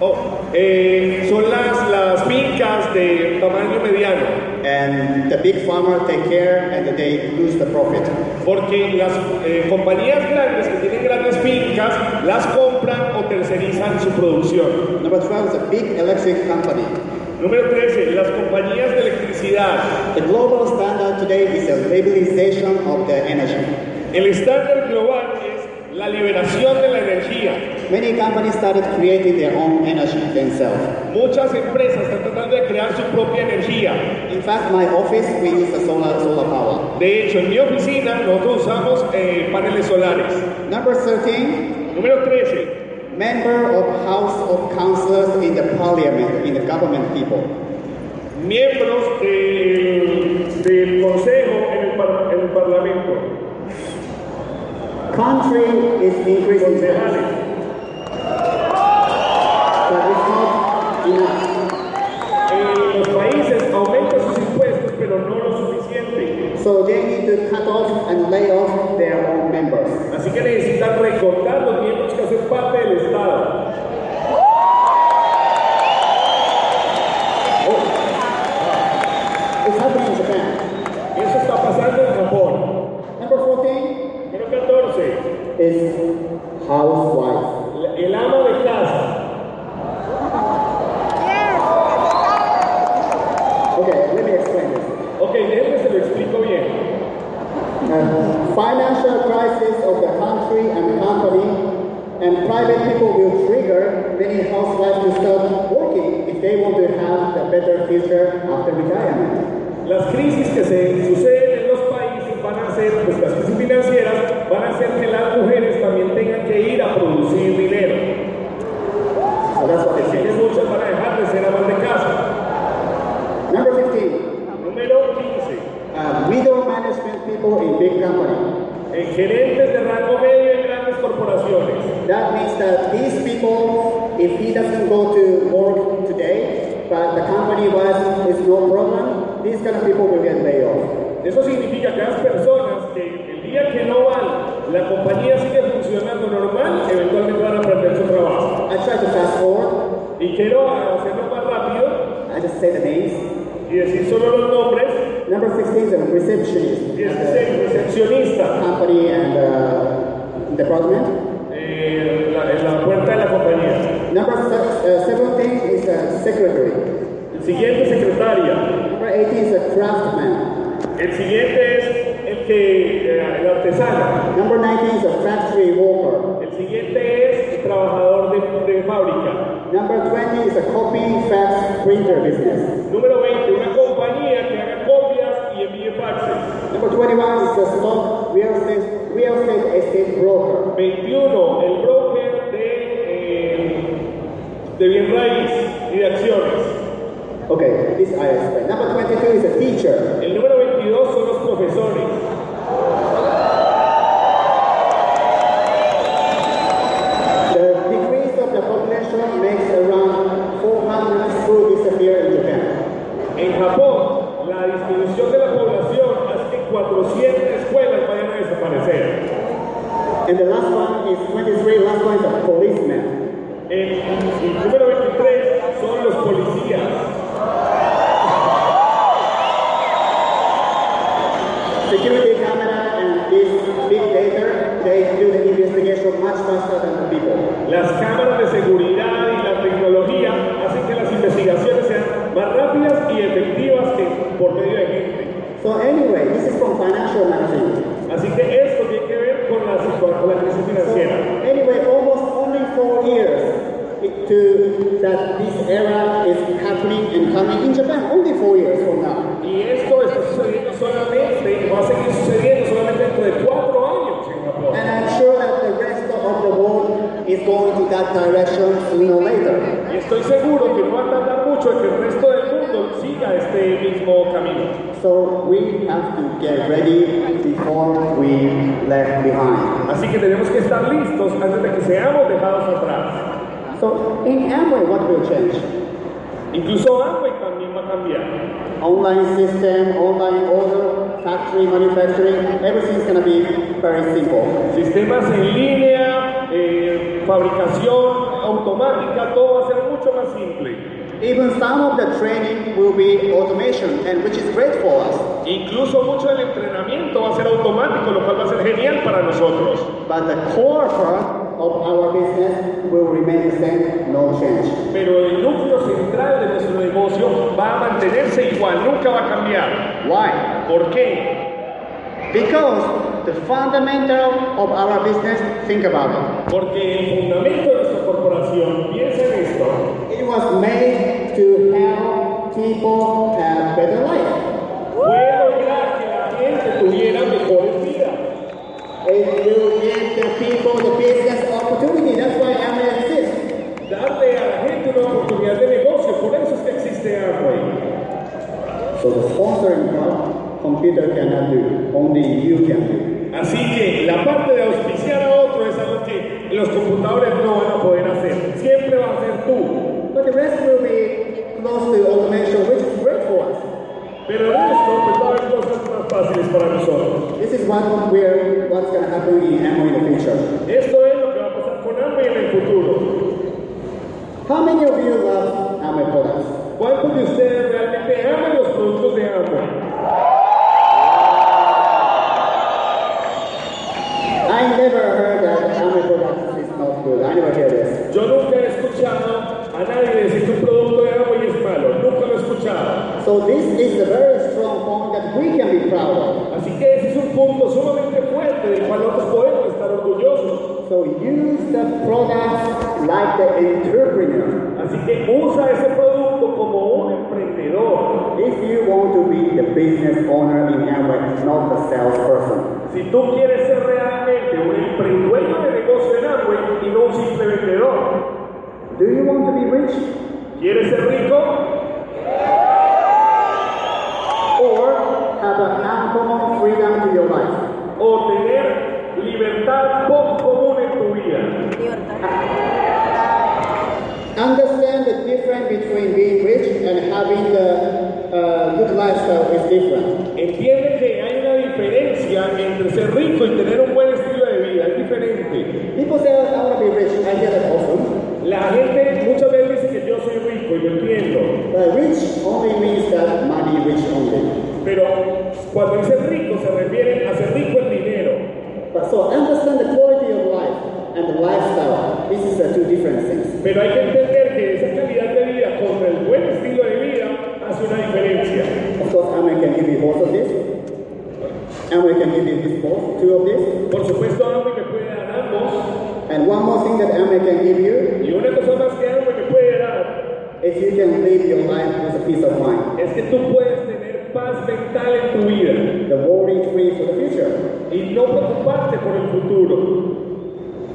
Oh, eh, son las, las fincas de tamaño mediano,
And the big farmer take care and they lose the profit.
porque las eh, compañías grandes que tienen grandes fincas las compran o tercerizan su producción.
Number 12 is a big electric company.
Número 13, las compañías de electricidad.
The global standard today is a liberalization of the energy.
El estándar global es la liberación de la energía.
Many companies started creating their own energy themselves.
Muchas empresas están tratando de crear su propia energía.
In fact, my office, we use the solar, solar power.
De hecho, en mi oficina nosotros usamos eh, paneles solares.
Number 13,
Número 13.
member of House of Councillors in the parliament, in the government people.
Miembros del, del Consejo en el, par- en el Parlamento.
Country is increasing, but
Concejales.
it's not enough.
Eh, los países aumentan sus impuestos, pero no lo suficiente.
So they need to cut off and lay off their own members.
Así que necesitan recortar los miembros que hacen parte del Estado.
It's happening in Japan.
Eso está pasando en Japón.
Number 14
Número 14.
is housewife.
la- El ama de casa.
Okay, let me explain this.
Ok, déjenme se lo explico bien.
Uh, financial crisis of the country and company and private people will trigger many housewives to start working if they want to have a better future after retirement.
Las crisis que se suceden en los países van a ser, pues las crisis financieras, van a hacer que las mujeres también tengan que ir a producir dinero.
So that's what they
Así que
say.
muchas van a dejar de ser amas de casa.
Number 15.
Número 15.
Uh, middle management people in big company.
eh, gerentes de rango medio en grandes corporaciones.
That means that these people, if he doesn't go to work today, but the company was is no problem, these kind of people will get laid off.
Eso significa que las personas que el día que no van, la compañía sigue funcionando normal, eventualmente van a perder su trabajo.
I try to fast forward.
Y quiero hacerlo más rápido
I just say the names.
y decir solo los nombres.
Number 16 is a receptionist.
16, recepcionista.
Company and uh, department.
Eh, la- en la puerta de la compañía.
Number se- uh, 17 is a secretary.
El siguiente secretaria.
Number 18 is a craftsman.
El siguiente es el que eh, el artesano.
Number 19 is a factory worker.
El siguiente es el trabajador de, de fábrica.
Number 20 is a copy fax printer business.
Número 20, una compañía que haga copias y envíe faxes.
Number 21 is the stock real estate, real estate estate broker.
21, el broker de, eh, de bien raíz y de acciones.
Okay, this I explain. Number 22 is a teacher.
El número 22 son los profesores.
The decrease of the population makes around 400 schools disappear in Japan.
En Japón, la disminución de la población
And the last one is 23, last one is a policeman.
El, el número 23 son los policías.
Security camera and this big data, they do the investigation much faster than the people.
Las cámaras de seguridad y la tecnología hacen que las investigaciones sean más rápidas y efectivas que por medio de gente.
So anyway, this is from financial magazine.
Así que esto tiene que ver con la, situa- con la crisis
So
financiera.
anyway, almost only four years it- to that this era is happening and coming in Japan. Only four years from now.
Y esto está sucediendo solamente, va a seguir sucediendo solamente dentro de cuatro años en Japón.
And I'm sure that the rest of the world is going to that direction sooner or later.
Y estoy seguro que no va a tardar mucho en que el resto del mundo siga este mismo camino.
So we have to get ready before we left behind.
Así que tenemos que estar listos antes de que seamos dejados atrás.
So in Amway, what will change?
Incluso Amway también va a cambiar.
Online system, online order, factory, manufacturing, everything's gonna be very simple.
Sistemas en línea, eh, fabricación automática, todo va a ser mucho más simple.
Even some of the training will be automation, and which is great for us.
Incluso mucho del entrenamiento va a ser automático, lo cual va a ser genial para nosotros.
But the core part of our business will remain the same, no change.
Pero el núcleo central de nuestro negocio va a mantenerse igual, nunca va a cambiar.
Why?
¿Por qué?
Because the fundamental of our business, think about
Porque el fundamento de nuestra corporación, piensa en esto,
it. It was made to help people have better life.
fue lograr que la gente tuviera mejores vidas.
It will give the people the business opportunity. That's why Amway exists.
Darle a la gente una oportunidad de negocio, por eso es que existe Amway.
So the sponsoring part, computer cannot do. Only you can do.
Así que la parte de auspiciar a otro es algo que los computadores no van a poder hacer. Siempre va a ser tú.
But the rest will be close to automation, which is great for us.
Pero el resto, pues va a haber cosas más fáciles para nosotros.
This is what we're, what's going to happen in Amway in the future.
Esto es lo que va a pasar con Amway en el futuro.
How many of you love Amway products?
¿Cuántos de ustedes realmente aman los productos de Amway?
I never heard that Amway products is not good. I never hear this.
Yo nunca he escuchado a nadie decir que un producto de Amway es malo. Nunca lo he escuchado.
So this is a very strong point that we can be proud of.
Así que ese es un punto sumamente fuerte del cual nosotros podemos estar orgullosos.
So use the products like the entrepreneur.
Así que usa ese producto como un emprendedor.
If you want to be the business owner in Amway, not the salesperson.
Si tú quieres ser realmente un empre- dueño de negocio en Amway y no un simple vendedor,
Do you want to be rich?
¿quieres ser rico?
Or have an ample freedom to your life?
o tener libertad poco común en tu vida.
Understand the difference between being rich and having a uh, good lifestyle is different.
Entiende que hay una diferencia entre ser rico y tener un buen estilo de vida, es diferente.
People say, I want to be rich. I hear that often.
La gente muchas veces dice que yo soy rico y lo entiendo,
But rich only means that money rich only.
pero cuando dicen rico se refieren a ser rico en dinero.
But so understand the quality of life and the lifestyle. This is the two different things.
Pero hay que entender que esa calidad de vida contra el buen estilo de vida hace una diferencia.
Of course, Amway can give you both of this. Amway can give you this both, two of this.
Por supuesto, algo que puede dar ambos,
And one more thing that Amway can give you
y una cosa más que algo que puede dar
is you can live your life with a peace of mind.
es que tú puedes tener paz mental en tu vida
The worry free for the future.
y no preocuparte por el futuro.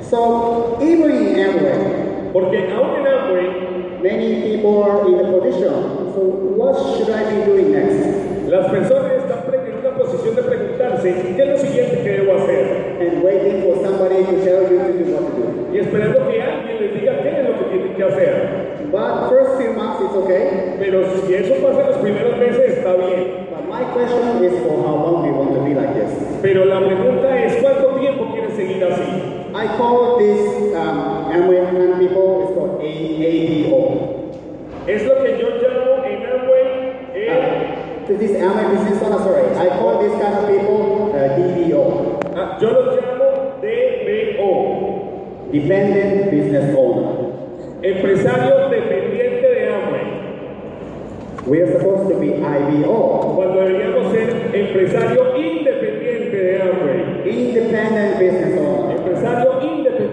So even in Amway,
Porque aún en Amway,
many people are in the position. So what should I be doing next?
las personas están pre- en una posición de preguntarse qué es lo siguiente que debo hacer
And waiting for somebody to tell you to do what to do.
y esperando que alguien les diga qué es lo que tienen que hacer.
But first few months it's okay.
Pero si eso pasa en los primeros meses, está bien.
But my My question is for how long we want to be like this.
Pero la pregunta es, ¿cuánto tiempo quieres seguir así?
I call this um, Amway people, it's called AADO.
Es lo que yo llamo en Amway eh, el-
Uh, to this Amway business owner, sorry, I call this kind of people uh, DBO,
ah, yo lo llamo DBO,
Dependent Business Owner.
empresario dependiente de Amway,
We are supposed to be IBO,
cuando deberíamos ser empresario independiente de Amway,
Independent Business Owner,
empresario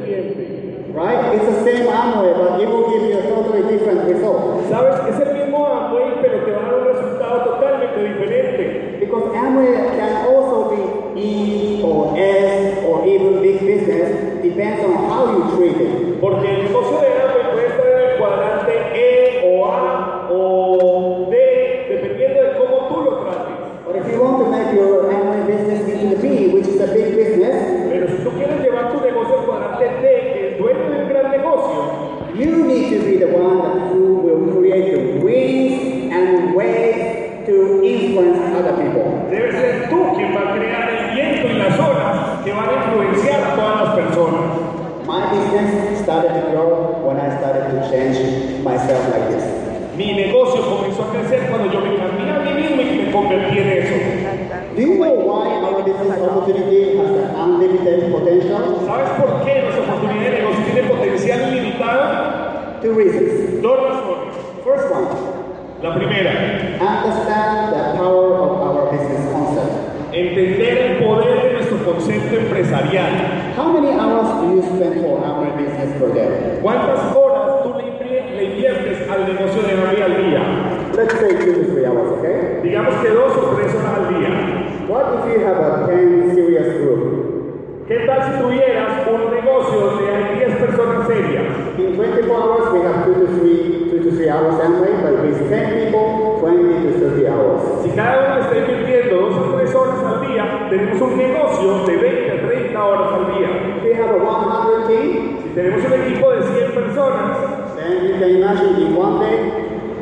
independiente.
right? It's the same Amway, but it will give you a totally different result.
Sabes, es el mismo Amway, pero te va a dar un resultado totalmente diferente.
Because Amway can also be E or S or even big business, depends on how you treat it.
Porque el negocio de Amway puede estar en el cuadrante E o A o D, dependiendo de cómo tú lo trates.
But if you want to make your Amway business into B, which is a big business,
Pero si tú quieres llevar tu negocio al cuadrante D, que es dueño de un gran negocio,
you need to be the one that who will create the ways and ways to influence other people.
debe ser tú quien va a crear el viento y las olas que van a influenciar a todas las personas.
My business started to grow when I started to change myself like this.
Mi negocio comenzó a crecer cuando yo me cambié a mí mismo y me convertí en eso.
Do you know why our business opportunity has an unlimited potential?
¿Sabes por qué nuestra oportunidad de negocio tiene potencial limitado?
Two reasons.
Dos razones.
First one,
La primera,
understand the power of our business concept.
entender el poder de nuestro concepto empresarial.
How many hours do you spend for Amway business per day?
¿Cuántas horas tú le invie- le inviertes al negocio de Javi al día?
Let's say two to three hours, okay?
Digamos que dos o tres horas al día.
What if you have a 10 serious group?
¿Qué tal si tuvieras un negocio donde hay 10 personas serias?
In 24 hours, we have two to three, two to three hours anyway, but with 10 people, 20 to 30 hours.
Si cada uno está invirtiendo dos o tres horas al día, tenemos un negocio de 20 a 30 horas al día.
If we have a 100 team,
Si tenemos un equipo de 100 personas,
then you can imagine in one day,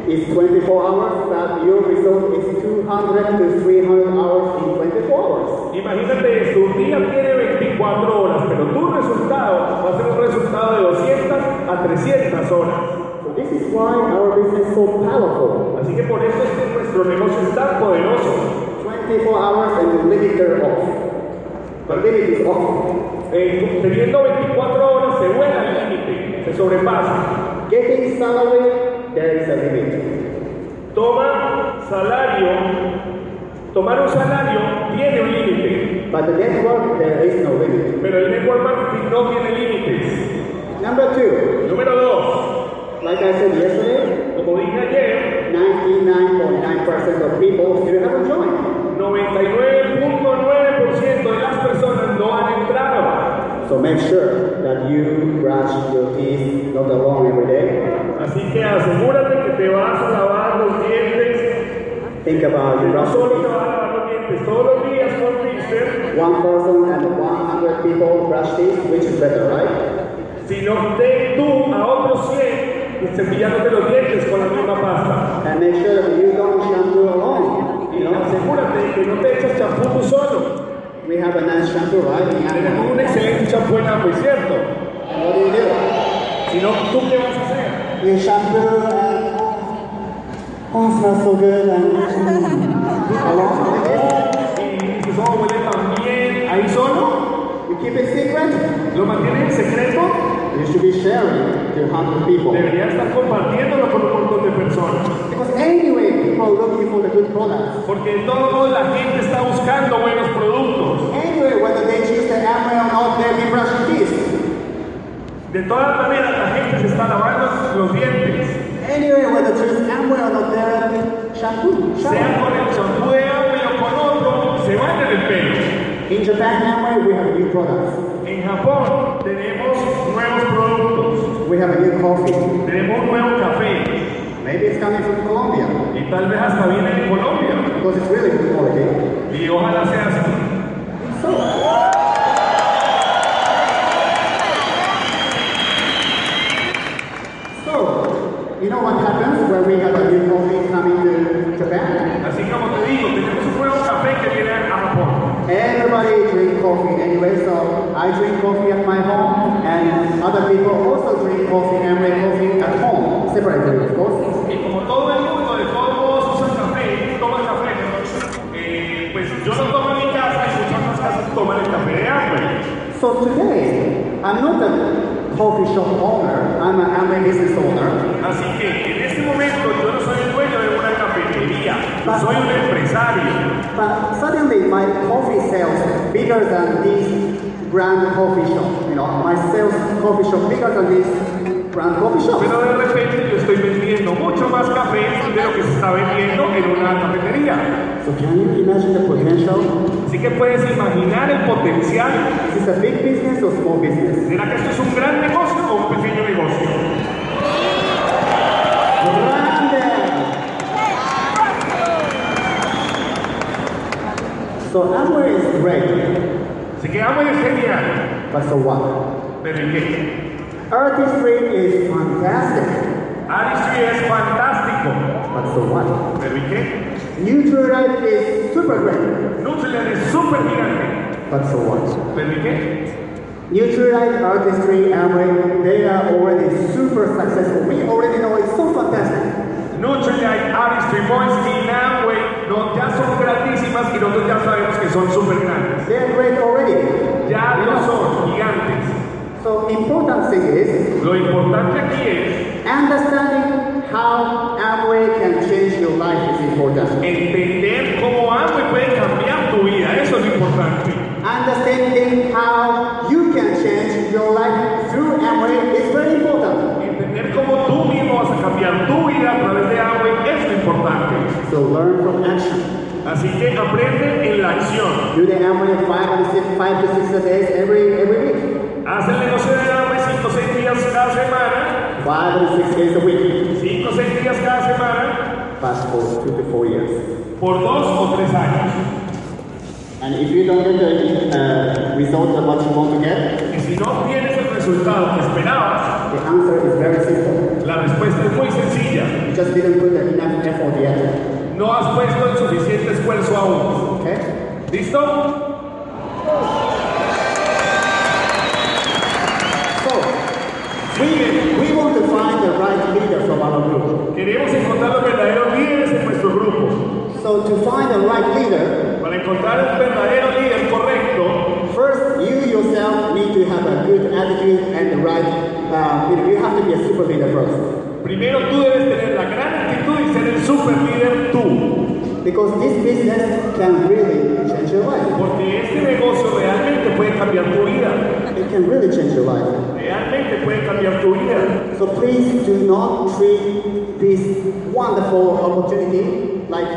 it's 24 hours, that your result is 200 to 300 hours in 24 hours.
imagínate esto, un día tiene 24 horas, pero tu resultado va a ser un resultado de 200 a 300 horas.
So this is why our business is so powerful.
Así que por eso es que nuestro negocio es tan poderoso.
24 hours and the limiter off. The limit is off.
Eh, teniendo 24 horas se vuela el límite, se sobrepasa.
Getting salary, there is a limit.
Toma salario, tomar un salario tiene un límite,
But the network, there is no limit.
pero el network marketing no tiene límites.
Number two,
Número dos,
like I said yesterday,
como dije ayer,
99.9% of people still haven't joined.
99.9% de las personas no han entrado.
So make sure that you brush your teeth not alone every day.
Así que asegúrate que te vas a lavar los dientes,
Think about
que
your
no
brush
solo te
your
vas a lavar los dientes todos los días con Pixel,
teeth. One person and 100 people brush teeth, which is better, right?
sino de tú a otros 100 cepillándote los dientes con la misma pasta.
And make sure that you don't shampoo alone.
Y
You know,
asegúrate de que no te echas champú tú solo.
we have a nice shampoo, right? in
Tenemos
Amway.
un excelente champú en Amway, ¿cierto?
And what do you do?
Si no, ¿tú qué vas a hacer?
You shampoo and oh, smells so good and along
Y tu solo huele también ahí solo.
You keep it secret.
Lo mantienes en secreto.
You should be sharing to hundred people.
Deberías estar compartiéndolo con un montón de personas.
Because anyway, people are looking for the good products.
Porque en todo modo la gente está buscando buenos productos.
Anyway, whether they choose the Amway or not, they'll be brushing teeth.
De todas maneras, la gente se está lavando los dientes.
Anyway, whether they choose Amway or not, they'll be shampoo.
Sea
shampoo.
con el champú de agua o con otro, se van en el pelo.
In Japan, Amway, we have new products.
En Japón tenemos nuevos productos.
We have a new coffee.
Tenemos un nuevo café
Maybe it's coming from Colombia
y tal vez hasta viene de Colombia.
because it's really good quality.
Y ojalá sea así.
So, you know what happens when we have a new coffee coming to Japan?
Así como te digo, tenemos un
Everybody drink coffee anyway, so I drink coffee at my home, and other people also drink coffee and make coffee at home, separately, of course.
Y como todo el mundo, de todos usan café, toman café, perdón, eh, pues yo no tomo en mi casa y muchas otras casas toman el café de hambre.
So today, I'm not a coffee shop owner, I'm a, I'm a business owner,
Así que en este momento yo no soy el dueño de una cafetería, yo soy un empresario.
but suddenly my coffee sales bigger than this brand coffee shop. You know, my sales coffee shop bigger than this brand coffee shop.
Pero de repente yo estoy vendiendo mucho más café de lo que se está vendiendo en una cafetería.
So can you imagine the potential?
Así que puedes imaginar el potencial.
Is this a big business or small business?
¿Será que esto es un gran negocio o un pequeño negocio?
Grande! So Amway is great,
Así que amo es genial.
but so what?
Pero ¿y qué?
Artistry is fantastic,
Artistry es fantástico.
but so what?
Pero ¿y qué?
Nutrilife is super great,
Nutrilite es súper gigante.
but so what?
Pero ¿y qué?
Nutrilife, Artistry, Amway, they are already super successful. We already know it's so fantastic.
Nutrilite, Artistry, Moisty, Amway, no, ya son grandísimas y nosotros ya sabemos que son súper grandes.
They are great already.
Ya no son gigantes.
So important thing is
Lo importante aquí es
Understanding how Amway can change your life is important.
entender cómo Amway puede cambiar tu vida. Eso es lo importante.
Understanding how you can change your life through Amway is very important.
Entender cómo tú mismo vas a cambiar tu vida a través de Amway es lo importante.
So learn from action.
Así que aprende en la acción.
Do the Amway five to six, five to six days every every week.
Haz el negocio de Amway 5 o 6 días cada semana.
Five to six days a week.
5 o 6 días cada semana
Fast forward two to four years.
por dos o tres años.
And if you don't get the uh, results that what you want to get,
Y si no obtienes el resultado que esperabas,
the answer is very simple.
la respuesta es muy sencilla.
You just didn't put enough effort yet.
No has puesto el suficiente esfuerzo aún.
Okay?
¿Listo?
So, we, we want to find the right leader from our group.
Queremos encontrar los verdaderos líderes en nuestro grupo.
So, to find the right leader,
Para encontrar un verdadero líder correcto,
first you yourself need to have a good attitude and the right, uh, you, know, you have to be a super leader first.
primero tú debes tener la gran actitud y ser el super líder tú.
Because this business can really change your life.
Porque este negocio realmente puede cambiar tu vida.
It can really change your life.
Realmente puede cambiar tu vida.
So, please do not treat this wonderful opportunity like,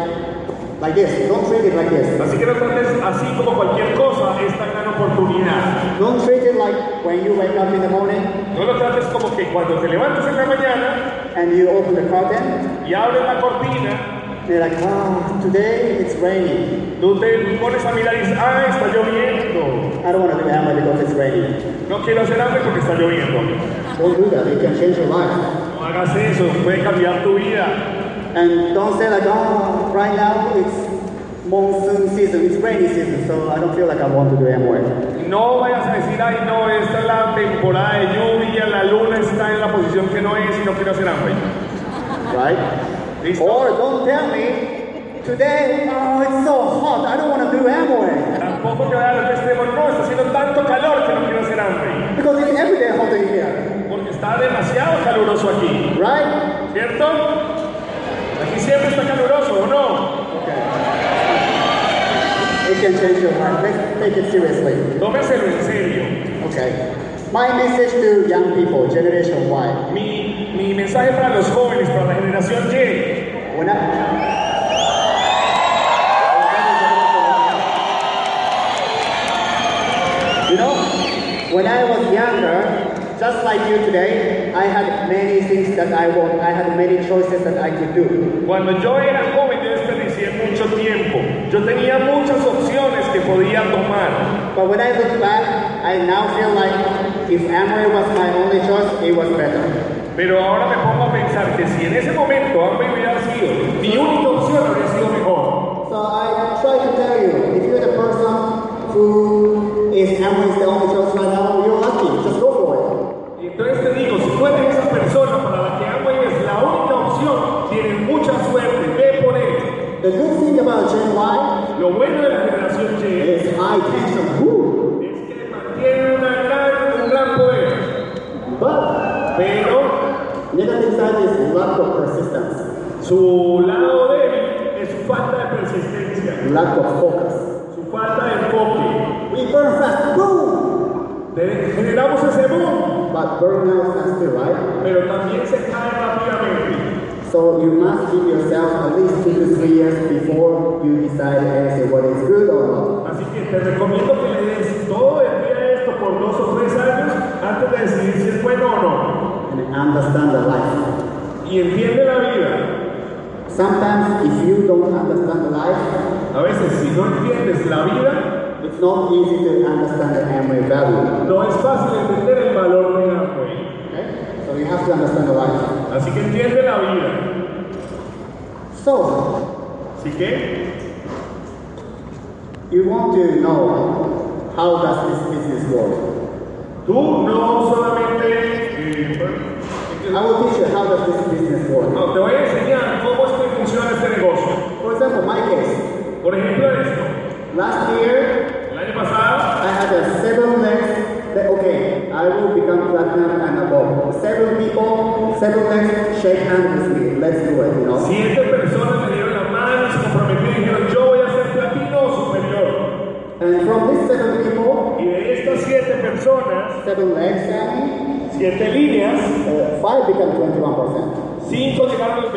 like this. Don't treat it like this.
Así que no trates así como cualquier cosa esta gran oportunidad.
Don't treat it like when you wake up in the morning
No lo trates como que cuando te levantas en la mañana
and you open the curtain.
y abres la cortina,
They're like, wow, today it's raining.
tú te pones a mirar y dices, ah, está lloviendo.
I don't want to do Amway because it's raining.
No quiero hacer hambre porque está lloviendo.
Don't do that. You can change your life.
No hagas eso, puede cambiar tu vida.
And don't say like, oh, right now it's monsoon season, it's rainy season, so I don't feel like I want to do Amway.
No vayas a decir, ay, no, esta es la temporada de lluvia, la luna está en la posición que no es y no quiero hacer hambre.
Right?
¿Listo?
Or don't tell me, today, oh, it's so hot, I don't want to do Amway.
Tampoco te voy a dar el extremo, no, está haciendo tanto calor que no quiero hacer hambre.
Because it's every day hot in here.
Porque está demasiado caluroso aquí,
Right?
¿cierto? Aquí siempre está caluroso, ¿o no?
Okay. It can change your life. Let's take it seriously.
Tómeselo en serio.
Okay. My message to young people, Generation Y.
Mi, mi mensaje para los jóvenes, para la generación Y,
When I, you know, when I was younger, just like you today, I had many things that I want. I had many choices that I could do.
cuando yo era joven yo desperdicié mucho tiempo. Yo tenía muchas opciones que podía tomar.
But when I look back, I now feel like if Amway was my only choice, it was better.
Pero ahora me pongo a pensar que si en ese momento Amway hubiera sido mi única opción, habría sido mejor.
So I try to tell you, if you're the person
pero
Negative side is lack of persistence,
su lado débil es su falta de persistencia,
lack of focus.
su falta de enfoque.
We burn fast, boom!
De- Generamos ese boom,
But burn out fast too, right?
pero también se cae rápidamente.
So you must give yourself at least two to three years before you decide anything whether it's good or not.
Así que te recomiendo que le des todo el día esto por dos o tres años antes de decidir si es bueno o no.
And understand the life.
Y entiende la vida.
Sometimes if you don't understand the life,
A veces si no entiendes la vida,
it's not easy to understand the Amway value.
no es fácil entender el valor de Amway.
Okay? So you have to understand the life.
Así que entiende la vida.
So
Así que
you want to know how does this business work?
tú no solamente... eh, bueno,
I will teach you how does this business work.
no, te voy a enseñar cómo es que funciona este negocio.
For example, my case.
Por ejemplo, esto.
Last year,
El año pasado
I had a seven legs. That, okay, I will become platinum and above. Seven people, seven legs, shake hands with me. Let's do it. You know.
siete personas me dieron la mano, se comprometieron y dijeron yo voy a ser platino o superior.
And from these seven people,
Y de estas siete personas,
seven legs, Sammy,
siete líneas,
uh, five became 21%,
cinco llegaron al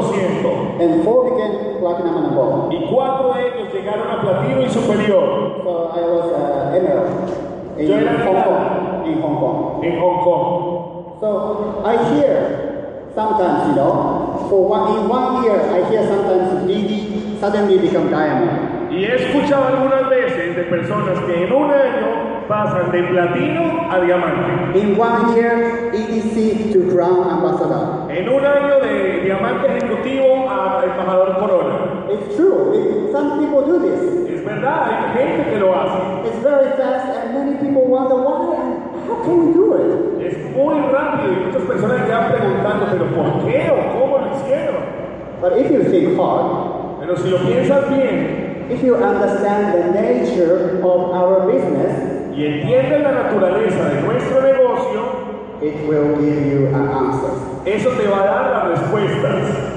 21%
and four became platinum and above.
y cuatro de ellos llegaron a platino y superior
So I was uh, emerald in
Yo era
Hong Kong. In Hong Kong.
en Hong Kong.
So I hear sometimes, you know, for one in one year, I hear sometimes DD suddenly become diamond.
Y he escuchado algunas veces de personas que en un año pasan de platino a diamante.
In one year, EDC to crown ambassador.
En un año de diamante ejecutivo a embajador corona.
It's true. It, some people do this.
Es verdad, hay gente que lo hace.
It's very fast, and many people wonder why and how can we do it.
Es muy rápido y muchas personas se quedan preguntando, pero ¿por qué o cómo lo hicieron?
But if you think hard,
Pero si lo piensas bien
if you understand the nature of our business,
y entiendes la naturaleza de nuestro negocio,
it will give you an answer.
eso te va a dar las respuestas.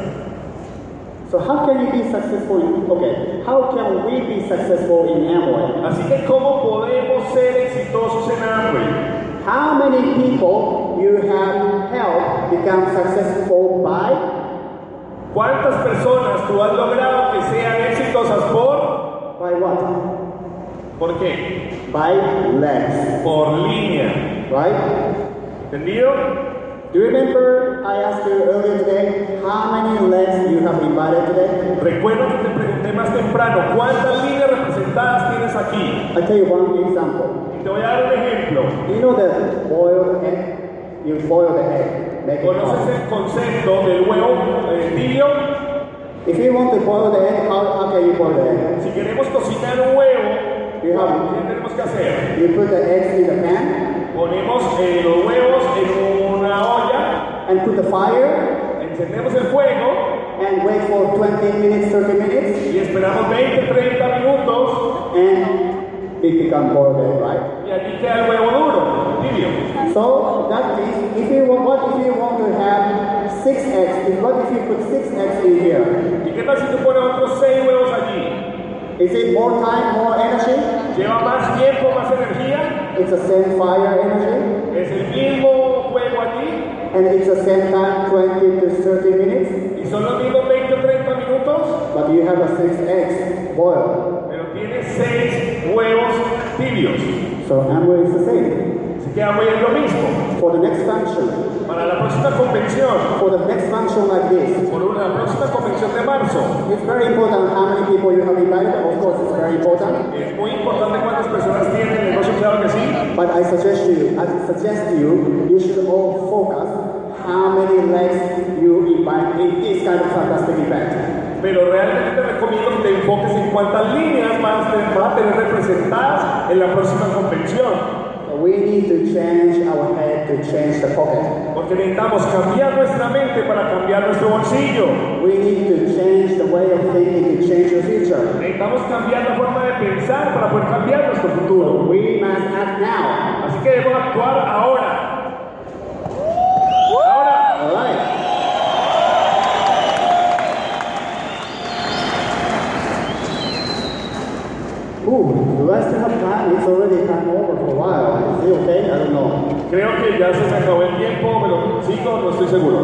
So how can you be successful? In, okay, how can we be successful in Amway?
Así que, ¿cómo podemos ser exitosos en Amway?
How many people you have helped become successful by?
¿Cuántas personas tú has logrado que sean exitosas por?
By what?
¿Por qué?
By legs,
Por línea.
right?
¿Entendido?
Do you remember I asked you earlier today how many legs you have invited today?
Recuerdo que te pregunté más temprano, ¿cuántas líneas representadas tienes aquí?
I tell you one example.
Y te voy a dar un ejemplo.
You know the boiled egg? You boil the egg, make it hot.
¿Conoces el concepto del huevo eh, tibio?
If you want to boil the egg, how, how can you boil the egg?
Si queremos cocinar un huevo,
You have
¿qué tenemos que hacer?
you put the eggs in the pan
Ponemos eh, los huevos en una olla,
and put the fire
encendemos el fuego
and wait for 20 minutes, 30 minutes.
y esperamos 20, 30 minutos
and it become boiled egg, right?
y aquí queda el huevo duro, tibio.
So that means if you want, what if you want to have six eggs? If, what if you put six eggs in here?
¿Y qué tal si tú pones otros 6 huevos allí?
Is it more time, more energy?
¿Lleva más tiempo, más energía?
It's the same fire energy,
¿Es el mismo fuego allí?
and it's the same time, 20 to 30 minutes.
¿Y son los mismos 20, 30 minutos?
But you have a six eggs boiled.
Pero tiene 6 huevos tibios.
So Amway is the same.
Así que Amway es lo mismo.
For the next function,
Para la próxima convención,
for the next function like this,
por una, la próxima convención de marzo,
it's very important how many people you have invited. Of course, it's very important.
es muy importante cuántas personas tienen el negocio, claro que sí.
But I suggest you, I suggest you, you should all focus how many legs you invite in this kind of fantastic event.
Pero realmente te recomiendo que te enfoques en cuántas líneas vas a tener, vas a tener representadas en la próxima convención.
We need to change our head to change the pocket.
Porque necesitamos cambiar nuestra mente para cambiar nuestro bolsillo.
We need to change the way of thinking to change the future.
Necesitamos cambiar la forma de pensar para poder cambiar nuestro futuro.
We must act now.
Así que debemos actuar ahora.
Do I still have time? It's already time over for a while. Is it okay? I don't know.
Creo que ya se me acabó el tiempo, pero sigo, no estoy seguro.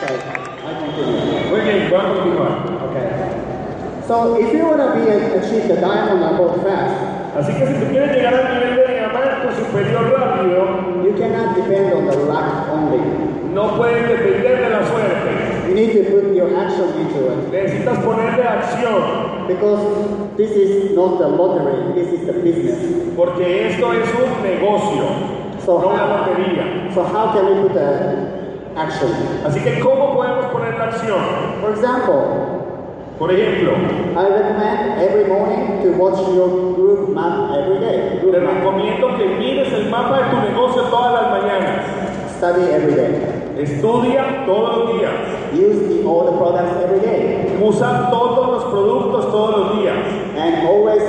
Okay, I continue.
Muy bien, voy a continuar.
Okay. So if you want to be achieve the diamond level fast,
Así que si tú quieres llegar al nivel de diamante superior rápido,
you cannot depend on the luck only.
no puedes depender de la suerte.
You need to put your action into it
Necesitas ponerle acción,
because this is not the lottery. This is the business.
porque esto es un negocio,
So
no una
how,
lotería.
so how can we put the action?
Así que, ¿cómo podemos poner la acción?
For example,
Por ejemplo,
I recommend every morning to watch your group map every day.
te
Group map.
recomiendo que mires el mapa de tu negocio todas las mañanas.
Study every day.
Estudia todos los días.
Use the, all the products every day.
Usa todos los productos todos los días.
And always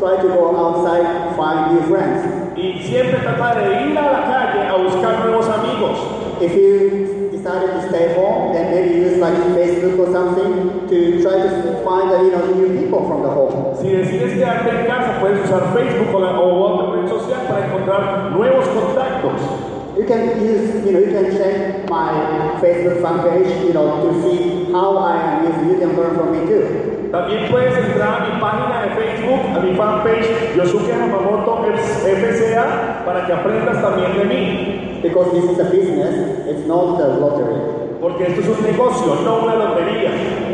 try to go outside, find new friends.
Y siempre trata de ir a la calle a buscar nuevos amigos.
If you decided to stay home, then maybe use like Facebook or something to try to find uh, you know, new people from the home.
Si decides quedarte en casa, puedes usar Facebook o, la- o otra red social para encontrar nuevos contactos.
You can use, you know, you can check my Facebook fan page, you know, to see how I am using. You can learn from me too.
También puedes entrar a mi página de Facebook, a mi fanpage Yosuke Hamamoto FCA, para que aprendas también de mí.
Because this is a business, it's not a lottery.
Porque esto es un negocio, no una lotería.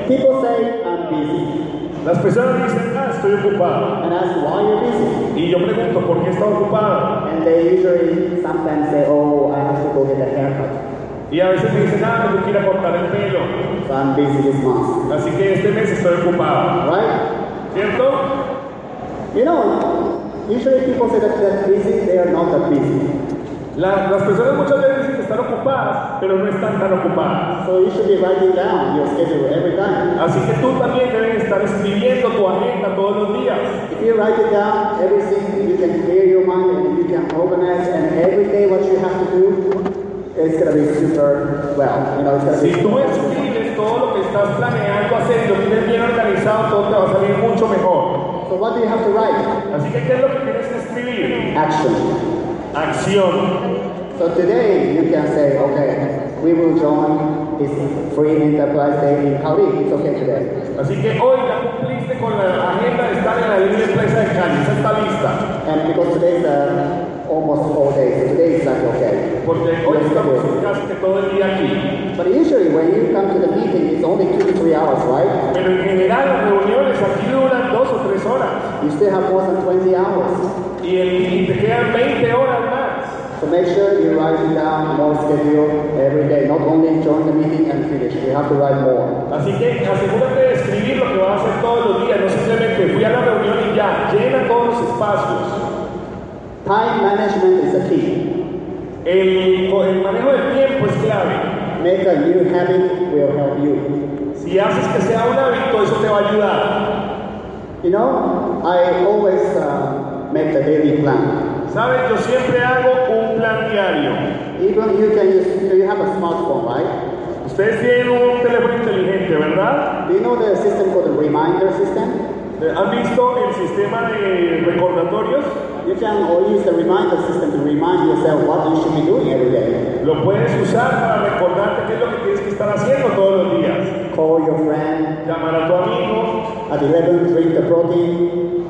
People say I'm busy
Las personas dicen, ah, estoy ocupado.
and ask why you're busy.
Y yo pregunto, ¿por qué está ocupado?
And they usually sometimes say, oh, I have to go get a haircut.
Y a veces me dicen, ah, me quiero cortar el pelo.
So I'm busy this month.
Así que este mes estoy ocupado.
Right?
¿Cierto?
You know, usually people say that they're busy, they are not that busy.
La- las personas muchas veces dicen que están ocupadas, pero no están tan ocupadas.
So you should be writing down your schedule every time.
Así que tú también debes estar escribiendo tu agenda todos los días.
If you write it down, everything, you can clear your mind and you can organize and every day what you have to do, it's gonna be super well. You know, it's
Si tú
gonna be
escribes todo lo que estás planeando hacer y lo tienes bien organizado, todo te va a salir mucho mejor.
So what do you have to write?
Así que, ¿qué es lo que tienes que escribir?
Action.
Acción.
So today you can say, okay, we will join this free enterprise day in Cali. It's okay today.
Así que hoy ya cumpliste con la agenda de estar en la libre empresa de Cali, esa está lista.
And because today's uh, almost all day, so today is like okay.
Porque hoy
Yes,
estamos
today.
casi que todo el día aquí.
But usually when you come to the meeting, it's only two to three hours, right?
Pero en general las reuniones aquí duran dos o tres horas
You still have more than 20 hours.
y, el- y te quedan 20 horas más.
So make sure you write down more schedule every day. Not only join the meeting and finish. You have to write more.
Así que asegúrate de escribir lo que vas a hacer todos los días, no simplemente fui a la reunión y ya, llena todos los espacios.
Time management is a key.
El, el manejo del tiempo es clave.
Make a new habit will help you.
Si haces que sea un hábito, eso te va a ayudar.
You know, I always uh, make a daily plan.
Sabes, yo siempre hago un plan diario.
Even you can use, you have a smartphone, right?
Ustedes tienen un teléfono inteligente, ¿verdad?
Do you know the system called the reminder system?
¿Han visto el sistema de recordatorios?
You can all use the reminder system to remind yourself what you should be doing every day.
Lo puedes usar para recordarte qué es lo que tienes que estar haciendo todos los días.
Call your friend
Llamar a tu amigo,
at 11, drink the protein,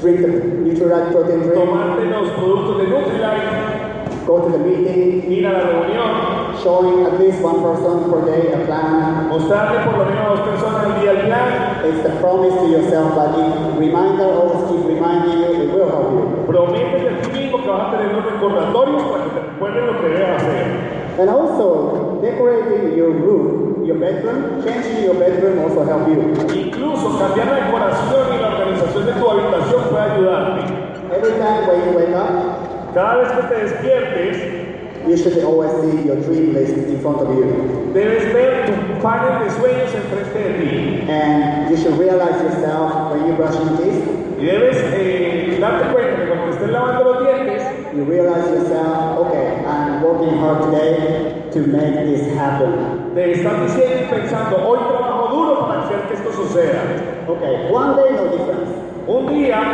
drink the Nutrilite protein drink,
tomarte los productos de Nutrilite,
go to the meeting,
ir a la reunión,
showing at least one person per day a plan.
mostrarle por lo menos a dos personas al día el plan,
It's the promise to yourself, but the reminder always keep reminding you, it will help you.
prométete a ti mismo que vas a tener los recordatorios para que te recuerden lo que debes hacer.
And also, decorating your room, your bedroom, changing your bedroom also help you.
Incluso cambiar la decoración y la organización de tu habitación puede ayudarte.
Every time when you wake up,
Cada vez que te despiertes,
you should always see your dream list in front of you.
Debes ver tu panel de sueños enfrente de ti
And you should realize yourself when you brush your teeth,
y debes eh, darte cuenta que cuando te estés lavando los dientes,
you realize yourself, okay, I'm working hard today to make this happen.
te estás diciendo y pensando, hoy trabajo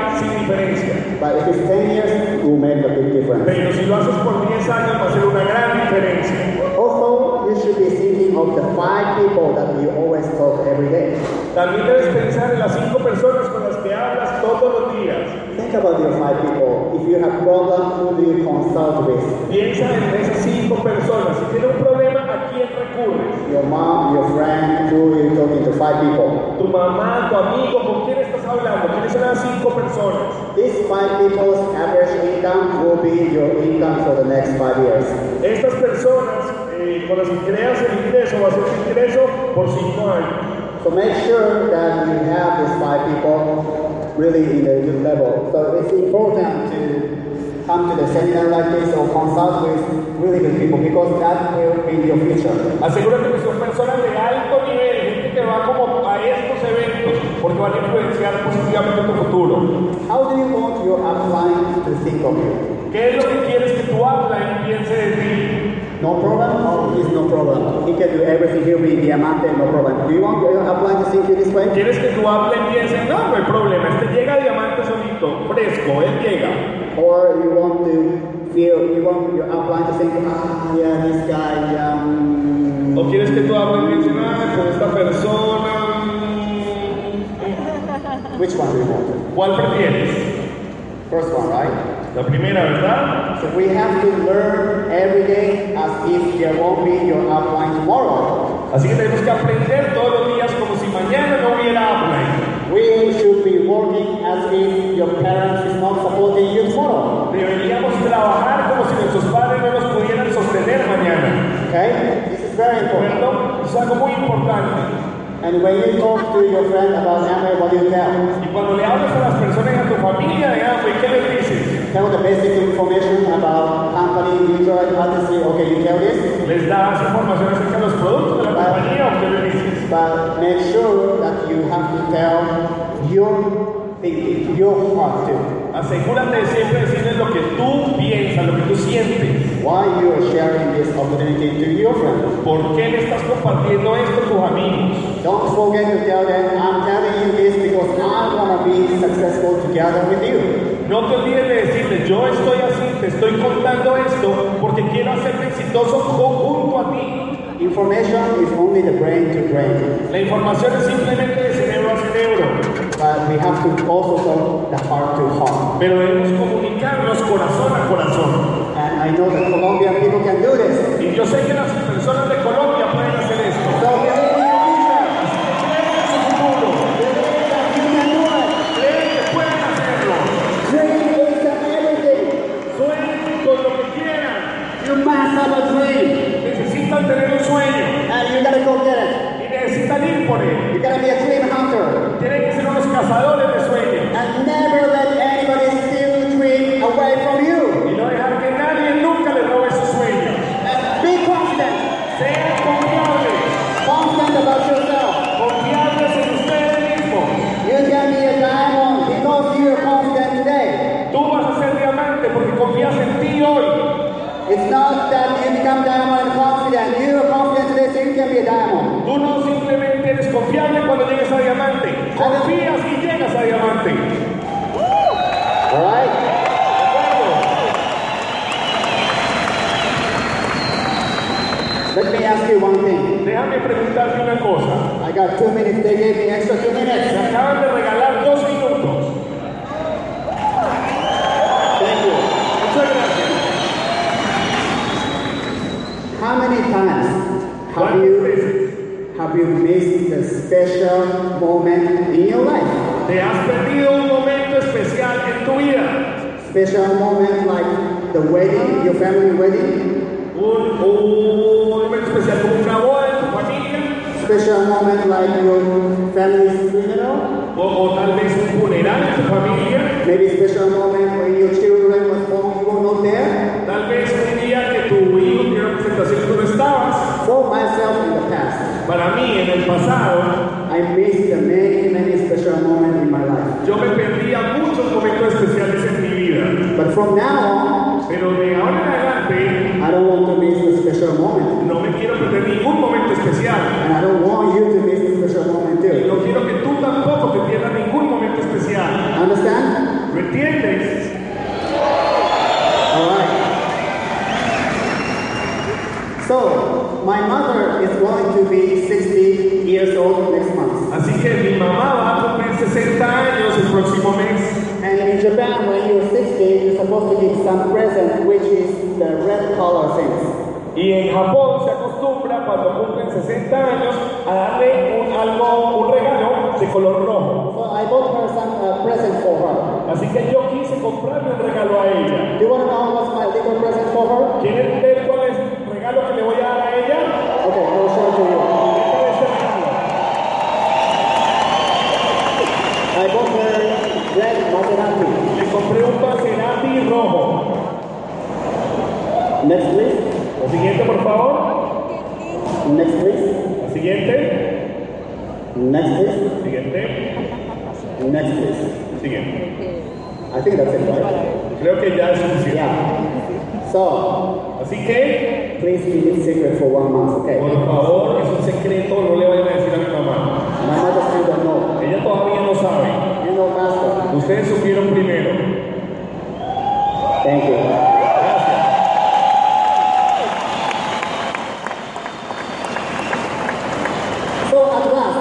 But if it's 10 years, it will make a big difference.
Pero si lo haces por 10 años va a ser una gran diferencia.
Also, you should be thinking of the five people that you always talk every day.
También debes pensar en las 5 personas con las que hablas todos los días.
Think about your five people. If you have problem, who do you consult with?
Piensa en esas 5 personas. Si tienes un problema, ¿a quién recurres?
Your mom, your friend, who you talking to? Five people.
Tu mamá, tu amigo, ¿con quién estás hablando? Tienes unas 5 personas.
These five people's average income will be your income for the next five years.
Estas personas eh, con las que creas el ingreso va a ser tu ingreso por 5 años.
So make sure that you have these five people really in the good level. So it's important to come to the seminar like this or consult with really good people because that will be your future.
Asegúrate que son personas de alto nivel, gente que va como a estos eventos, porque van a influenciar positivamente tu futuro.
How do you want your upline to think of you?
¿Qué es lo que quieres que tu habla y piense de ti?
No problem? Oh, it's no problem. He can do everything. He'll be diamante, no problem. Do you want your upline to think you this way?
¿Quieres que tu habla y piense, no, no hay problema, este llega diamante solito, fresco, él llega?
Or you want to feel, you want your upline to think, ah, yeah, this guy, yeah. mm,
¿O quieres que tu habla y piense, ah, con esta persona? mm".
Which one do you want?
¿Cuál prefieres?
First one, right?
La primera, ¿verdad?
So we have to learn every day as if there won't be your upline tomorrow.
Así que tenemos que aprender todos los días como si mañana no hubiera upline.
We should be working as if your parents is not supporting you tomorrow.
Deberíamos trabajar como si nuestros padres no nos pudieran sostener mañana.
Okay? This is very important.
¿Cierto? Es algo muy importante.
And when you talk to your friend about Amway, what do you tell?
Y cuando le hablas a las personas y a tu familia de Amway, ¿qué les dices?
Tell the basic information about company, user, industry. Okay, you tell this,
¿Les das información acerca de los productos de la compañía o qué les dices?
but make sure that you have to tell your thinking, your heart too.
Asegúrate de siempre decirles lo que tú piensas, lo que tú sientes.
Why you are sharing this opportunity to your friend?
¿Por qué le estás compartiendo esto a tus amigos?
Don't forget to tell them, I'm telling you this because I want to be successful together with you.
No te olvides de decirle, yo estoy así, te estoy contando esto porque quiero hacerte exitoso co- junto a ti.
Information is only the brain to brain,
La información es simplemente de cerebro a cerebro,
but we have to also talk the heart to heart.
pero debemos comunicarnos corazón a corazón.
And I know that Colombian people can do this.
Y yo sé que las personas de Colombia pueden hacer esto.
So believe in your vision.
Así que creen en su futuro,
Believe that you can do it.
creen que pueden hacerlo,
Dream is everything.
sueñen con lo que quieran,
You must have a dream,
necesitan tener un sueño
and you gotta go get
y necesitan ir por él.
it. You gotta be a dream hunter.
Tienen que ser unos cazadores de sueños
and never let anybody steal your dream away from you.
y no dejar que nadie nunca les robe sus sueños.
And be confident,
Sean confiables.
confident about yourself.
Confiables en ustedes mismos.
You can be a diamond because you're confident today.
Tú vas a ser diamante porque confías en ti hoy.
It's not that you become diamond and confident. You are confident today, so you can be a diamond.
Tú no simplemente eres confiable cuando llegues a diamante. Confías y llegas a diamante.
All right.
¿De acuerdo?
Let me ask you one thing.
Déjame preguntarte una cosa.
I got two minutes. They gave me extra two
Me
minutes.
acaban de regalar dos minutos.
Thank you.
Muchas gracias.
How many times have
¿Cuántas
you
veces
have you missed a special moment in your life?
te has perdido un momento especial en tu vida?
special moment like the wedding, your family wedding,
un, un evento especial como una boda en tu familia
special moment like your family's funeral,
o, o tal vez un funeral en tu familia,
maybe special moment when your children was born, you were not there.
tal vez un día que tu hijo tiene una presentación y tú no estabas.
For myself in the past,
Para mí, en el pasado,
I missed the many, many special moments in my life.
yo me perdía muchos momentos especiales en mi vida,
But from now on,
pero de ahora en adelante
I don't want to miss the special moment.
no me quiero perder ningún momento especial.
And I don't want you to miss the special moment
Y
too.
no quiero que tú tampoco te pierdas ningún momento especial.
Understand?
¿Me entiendes?
years old next month.
Así que mi mamá va a cumplir 60 años el próximo mes.
And in Japan, when you're 60, you're supposed to give some present, which is the red color things.
Y en Japón se acostumbra cuando cumplen 60 años a darle un, algo, un regalo de color rojo.
So I bought her some uh, present for her.
Así que yo quise comprarle un regalo a ella.
Do you want to know what's my little present for her?
¿Quieren ver cuál es el regalo que le voy a dar a ella?
Okay, I will show it to you.
Esta vez el regalo.
I bought her red Maserati.
Le compré un Maserati rojo.
Next please.
La siguiente, por favor.
Next please.
La siguiente.
Next please.
Siguiente.
Next please.
Siguiente.
I think that's it, right?
Creo que ya es suficiente.
Yeah. So,
Así que,
please keep it secret for one month, okay?
por favor, es un secreto, no le vayan a decir a mi mamá.
My mother still don't know.
Ella todavía no sabe.
You know master.
Ustedes supieron primero.
Thank you.
Gracias.
So at last,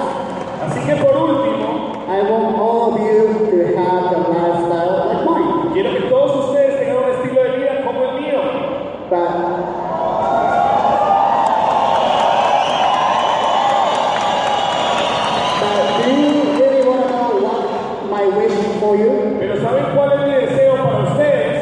Así que por último,
I want all of you to have the lifestyle like mine.
quiero que todos ustedes tengan un estilo de vida como el mío.
But but do you really want to know what my wish for you?
Pero ¿saben cuál es mi deseo para ustedes?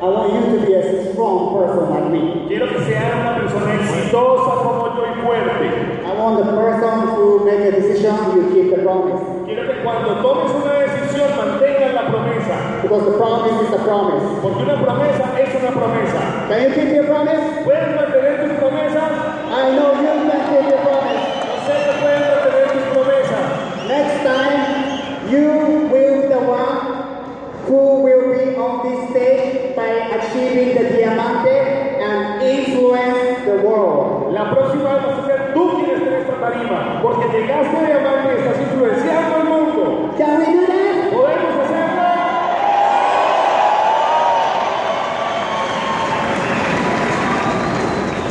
I want you to be a strong person like me.
Quiero que sean una persona exitosa como yo y fuerte.
I want the person who make a decision, you keep the promise.
Quiero que cuando tomes una decisión mantengas la promesa.
Because the promise is a promise.
Porque una promesa es una promesa.
Can you keep your promise?
¿Puedes mantener tus promesas?
I know you can keep your promise.
Yo sé que puedes mantener tus promesas.
Next time, you will the one who will be on this stage by achieving the diamante and influence the world.
La próxima vez vas a ser tú quien esté en esta tarima. Porque llegaste a diamante y estás influenciando al mundo.
Can we do that?
¿Podemos hacerlo?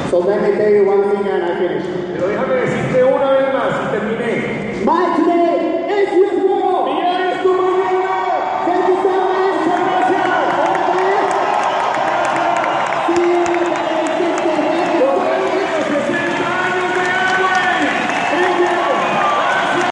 So let me tell you one